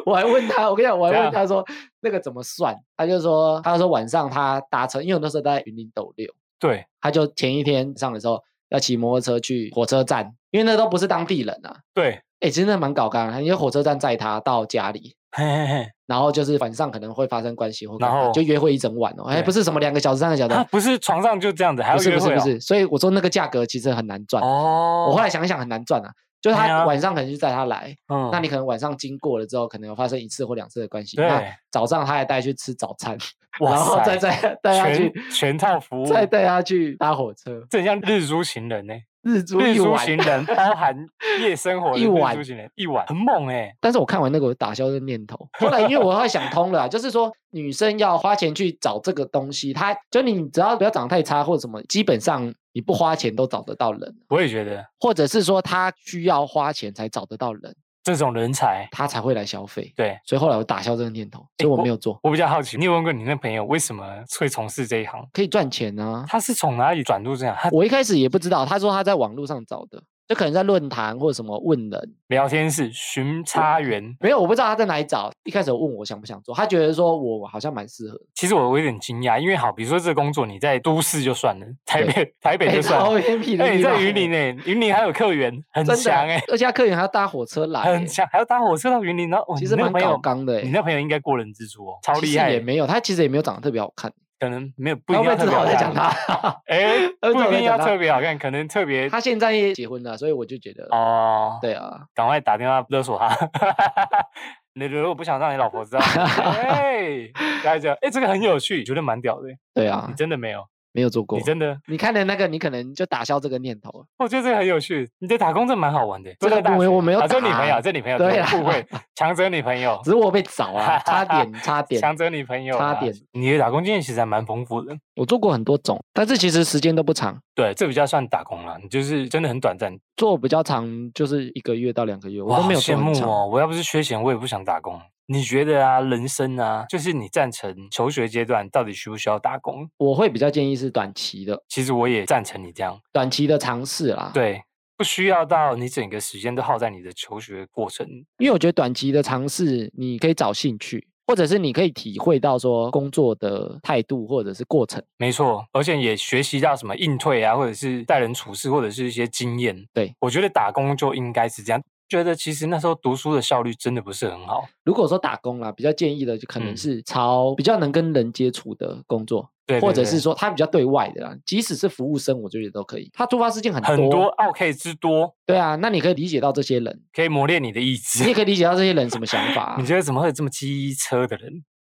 B: 我还问他，我跟你讲，我还
A: 怎
B: 问
A: 样
B: 他说那个怎么算？他就说，他说晚上他搭车，因为我那时候在云林斗六，
A: 对
B: 他就前一天上的时候要骑摩托车去火车站，因为那都不是当地人啊。
A: 对，
B: 哎，其实那蛮搞纲的，因为火车站载他到家里，
A: 嘿嘿嘿，
B: 然后就是晚上可能会发生关系或干
A: 然
B: 嘛
A: 后
B: 就约会一整晚哦，哎，
A: 对
B: 不是什么两个小时、三个小时哦
A: 啊，，不是床上就这样子，还
B: 不
A: 要
B: 是
A: 约
B: 不是
A: 会
B: 不
A: 哦
B: 是，所以我说那个价格其实很难赚。
A: 哦，
B: 我后来想一想很难赚啊，就是
A: 哎
B: 他
A: 呀
B: 晚上可能就载他来，
A: 嗯，
B: 那你可能晚上经过了之后，可能有发生一次或两次的关系。
A: 对
B: 那早上他还带去吃早餐，
A: 哇
B: 啊然后
A: 塞
B: 再带带他去，
A: 全全套服务，
B: 再带他去搭火车，
A: 这很像日租情人呢、
B: 日租
A: 日
B: 一
A: 租
B: 晚。
A: 情 [LAUGHS] 人包含夜生活的
B: 一
A: 日
B: 晚
A: 租情人一晚很猛哎、
B: [LAUGHS] 但是我看完那个，我打消这个念
A: [LAUGHS]
B: 头。后来因为我后来想通了啊、就是说女生要花钱去找这个东西，她就你只要不要长得太差或者什么，基本上你不花钱都找得到人，
A: 我也觉得
B: 或者是说她需要花钱才找得到人，
A: 这种人才，
B: 她才会来消费。
A: 对
B: 所以后来我打消这个念头，所以我没有做，
A: 我比较好奇，你有问过你那朋友为什么会从事这一行？
B: 可以赚钱啊。
A: 他是从哪里转入这样？他
B: 我一开始也不知道，他说他在网络上找的，就可能在论坛或者什么问人，
A: 聊天室巡查员，
B: 没有，我不知道他在哪里找。一开始我问我想不想做，他觉得说我好像蛮适合的，
A: 其实我有一点惊讶，因为好，比如说这个工作你在都市就算了，台
B: 对
A: 北台北
B: 哎 [LAUGHS]
A: 就算
B: 超
A: 了，
B: 偏僻的
A: 哎、
B: 地
A: 你
B: 方
A: 在
B: 欸，
A: 云林哎、云林还有客源，很
B: 真的
A: 强哎、
B: 而且他客源还要搭火车来欸、
A: [LAUGHS] 很强，还要搭火车到云林，然后哇
B: 其
A: 你
B: 实
A: 那个
B: 蛮
A: 朋
B: 搞
A: 友，
B: 刚的、欸，
A: 你那朋友应该过人之处哦，超
B: 其
A: 厉
B: 实
A: 害
B: 也
A: 欸，
B: 没有，他其实也没有长得特别好看，
A: 可能没有不
B: 不
A: 一定要
B: 被
A: 特
B: 知
A: 别
B: 道我
A: 好
B: 在讲
A: 看。
B: 他。 [LAUGHS]
A: 哎，
B: 呃
A: 不一
B: 这我在
A: 定要
B: 讲他
A: 特别好看，可能特别
B: 他现在也结婚了，所以我就觉得，
A: 哦，
B: 对啊，
A: 赶快打电话勒索他。 [LAUGHS] 你如果不想让你老婆知道，哎，大家讲，哎，这个很有趣，觉得蛮屌的。
B: 对啊
A: 你，真的没有？
B: 没有做过
A: 你。真的？
B: 你看的那个，你可能就打消这个念头了。
A: 我觉得这个很有趣。你的打工真的蛮好玩的。都
B: 这
A: 在
B: 个
A: 大
B: 我
A: 学
B: 我没有
A: 啊这是女
B: 打
A: 朋友，这是女朋友，误
B: 对啦
A: 会，强者女朋友
B: 只，是我被找啊，差点，差
A: [LAUGHS]
B: 点，
A: 强者女朋友
B: 差
A: 啦
B: 点。
A: 你的打工经验其实还蛮丰富的。
B: 我做过很多种，但是其实时间都不长，
A: 对，这比较算打工了，你就是真的很短暂。
B: 做比较长就是一个月到两个月，我
A: 哇
B: 都没有
A: 好
B: 做
A: 羡
B: 很
A: 慕
B: 长。
A: 哦！我要不是缺钱，我也不想打工。你觉得啊，人生啊，就是你赞成求学阶段到底需不需要打工？
B: 我会比较建议是短期的，
A: 其实我也赞成你这样，
B: 短期的尝试啦。，
A: 对，不需要到你整个时间都耗在你的求学过程。
B: 因为我觉得短期的尝试，你可以找兴趣，或者是你可以体会到说工作的态度或者是过程。
A: 没错，而且也学习到什么应退啊，或者是待人处事，或者是一些经验。
B: 对，
A: 我觉得打工就应该是这样。觉得其实那时候读书的效率真的不是很好。
B: 如果说打工啦，比较建议的就可能
A: 嗯
B: 是朝比较能跟人接触的工作，
A: 对
B: 或
A: 对
B: 者是
A: 对
B: 说他比较对外的啦，即使是服务生，我就觉得都可以。他突发事件很
A: 很多 OK 之多，
B: 对啊，那你可以理解到这些人，
A: 可以磨练你的意志
B: 你。也可以理解到这些人什么想法啊、
A: [LAUGHS] 你觉得怎么会有这么机车的人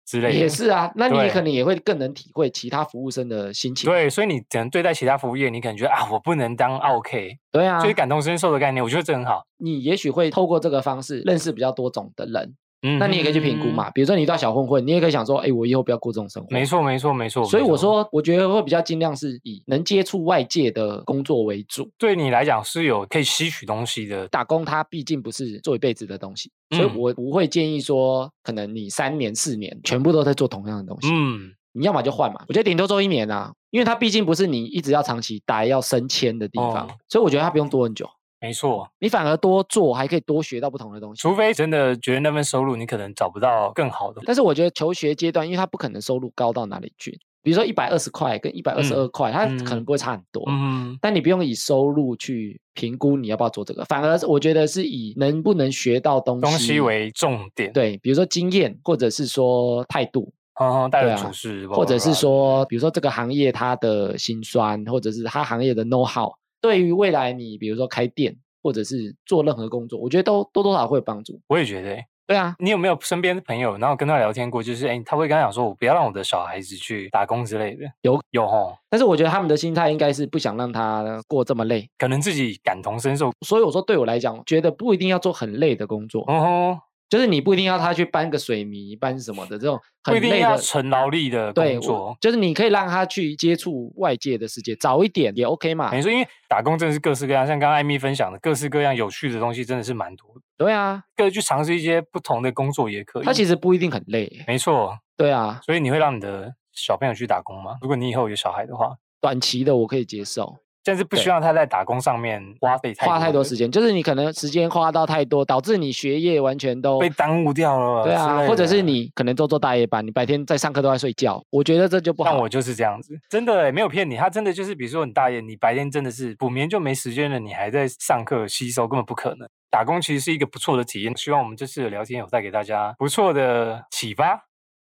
A: 之类的？
B: 也是啊，那你
A: 对
B: 可能也会更能体会其他服务生的心情。
A: 对，所以你可能对待其他服务业，你可能觉得啊，我不能当 OK，
B: 对啊
A: 所，以感同身受的概念，我觉得这很好。
B: 你也许会透过这个方式认识比较多种的人，
A: 嗯，
B: 那你也可以去评估嘛。。比如说你遇到小混混，你也可以想说，哎，我以后不要过这种生活。
A: 没。错，没错，没错。
B: 所以
A: 没
B: 我
A: 错，
B: 说，我觉得会比较尽量是以能接触外界的工作为主。
A: 对你来讲是有可以吸取东西的。
B: 打工它毕竟不是做一辈子的东西，所以
A: 嗯
B: 我不会建议说，可能你三年四年全部都在做同样的东西。
A: 嗯，
B: 你要么就换嘛，我觉得顶多做一年啊，因为它毕竟不是你一直要长期待、要升迁的地方，
A: 哦
B: 所以我觉得它不用多很久。
A: 没错，
B: 你反而多做，还可以多学到不同的东西。
A: 除非真的觉得那份收入你可能找不到更好的，
B: 但是我觉得求学阶段，因为他不可能收入高到哪里去，比如说一百二十块跟一百二十二块，他可能不会差很多。
A: 嗯，
B: 但你不用以收入去评估你要不要做这个，反而是我觉得是以能不能学到东西
A: 东西为重点，
B: 对，比如说经验，或者是说态度，
A: 嗯，待
B: 对
A: 人
B: 啊
A: 处事，
B: 或者是
A: blah blah blah
B: 说，比如说这个行业它的辛酸，或者是它行业的 know how，对于未来你比如说开店或者是做任何工作，我觉得都多多少少会有帮助。
A: 我也觉得欸，
B: 对啊，
A: 你有没有身边的朋友，然后跟他聊天过，就是哎、诶他会跟他讲说，我不要让我的小孩子去打工之类的，
B: 有
A: 有吼，
B: 但是我觉得他们的心态应该是不想让他过这么累，
A: 可能自己感同身受，
B: 所以我说对我来讲，觉得不一定要做很累的工作，
A: 哦吼，
B: 就是你不一定要他去搬个水泥、搬什么的这种
A: [LAUGHS] 不一
B: 很
A: 定
B: 累
A: 要
B: 的。
A: 纯劳力的工
B: 对，我
A: 作。哦
B: 就是你可以让他去接触外界的世界，早一点也 OK 嘛
A: 等。于说，因为打工真的是各式各样，像刚刚艾米分享的各式各样有趣的东西，真的是蛮多的。
B: 对啊，
A: 各去尝试一些不同的工作也可以。
B: 他其实不一定很累。
A: 没错，
B: 对啊，
A: 所以你会让你的小朋友去打工吗？如果你以后有小孩的话，
B: 短期的我可以接受，
A: 但是不希
B: 对
A: 望他在打工上面花费太
B: 花太多时
A: 间，
B: 间，就是你可能时间花到太多，导致你学业完全都
A: 被耽误掉了之类的。
B: 哦对啊，或者是你可能都做大夜班，你白天在上课都在睡觉，我觉得这就不
A: 像
B: 好。
A: 我就是这样子，真的欸没有骗你，他真的就是，比如说你大爷，你白天真的是补眠就没时间了，你还在上课吸收，根本不可能。打工其实是一个不错的体验，希望我们这次的聊天有带给大家不错的启发，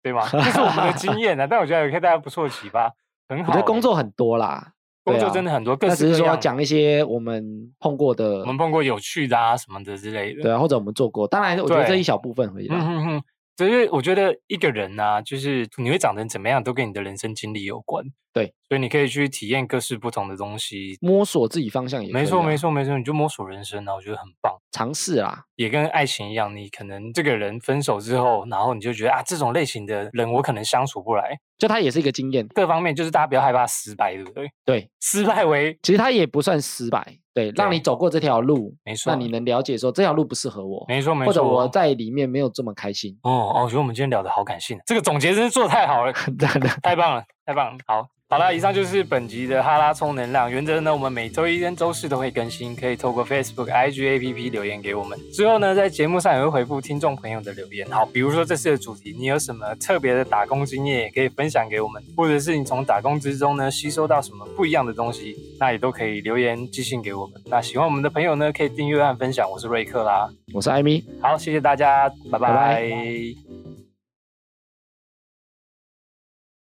A: 对吗？这是我们的经验啊，但我觉得也给大家不错的启发，很
B: 我
A: 好欸。
B: 觉得工作很多啦，
A: 工
B: 对
A: 作
B: 啊
A: 真的很多，各
B: 那
A: 式
B: 只
A: 各
B: 是说
A: 样。
B: 讲一些我们碰过的
A: 我，们碰过有趣的啊什么的之类的。
B: 对啊，或者我们做过。当然，我觉得这
A: 对
B: 一小部分而已
A: 嗯
B: 啦。
A: 哼哼，只是我觉得一个人啊，就是你会长成怎么样，都跟你的人生经历有关。
B: 对，
A: 所以你可以去体验各式不同的东西。
B: 摸索自己方向也可以
A: 没错，
B: 啊
A: 没，错，没错，你就摸索人生啊，我觉得很棒。
B: 尝试啦。
A: 也跟爱情一样，你可能这个人分手之后，然后你就觉得啊，这种类型的人我可能相处不来。
B: 就它也是一个经验，
A: 各方面就是大家不要害怕失败，对不对？
B: 对，
A: 失败为
B: 其实它也不算失败，对，让
A: 对
B: 你走过这条路，
A: 没错
B: 那，你能了解说这条路不适合我，
A: 没错，没错。，
B: 或者我在里面没有这么开心 [LAUGHS]
A: 哦哦，我觉得我们今天聊的好感性，这个总结真是做得太好了。
B: 真的。
A: 太棒了，太棒了！好，好了，以上就是本集的哈拉充能量。原则呢，我们每周一跟周四都会更新，可以透过 Facebook、IG、APP 留言给我们。之后呢，在节目上也会回复听众朋友的留言。好，比如说这次的主题，你有什么特别的打工经验，也可以分享给我们，或者是你从打工之中呢吸收到什么不一样的东西，那也都可以留言寄信给我们。那喜欢我们的朋友呢，可以订阅和分享。我是瑞克啦，
B: 我是艾米，
A: 好，谢谢大家，拜
B: 拜
A: 拜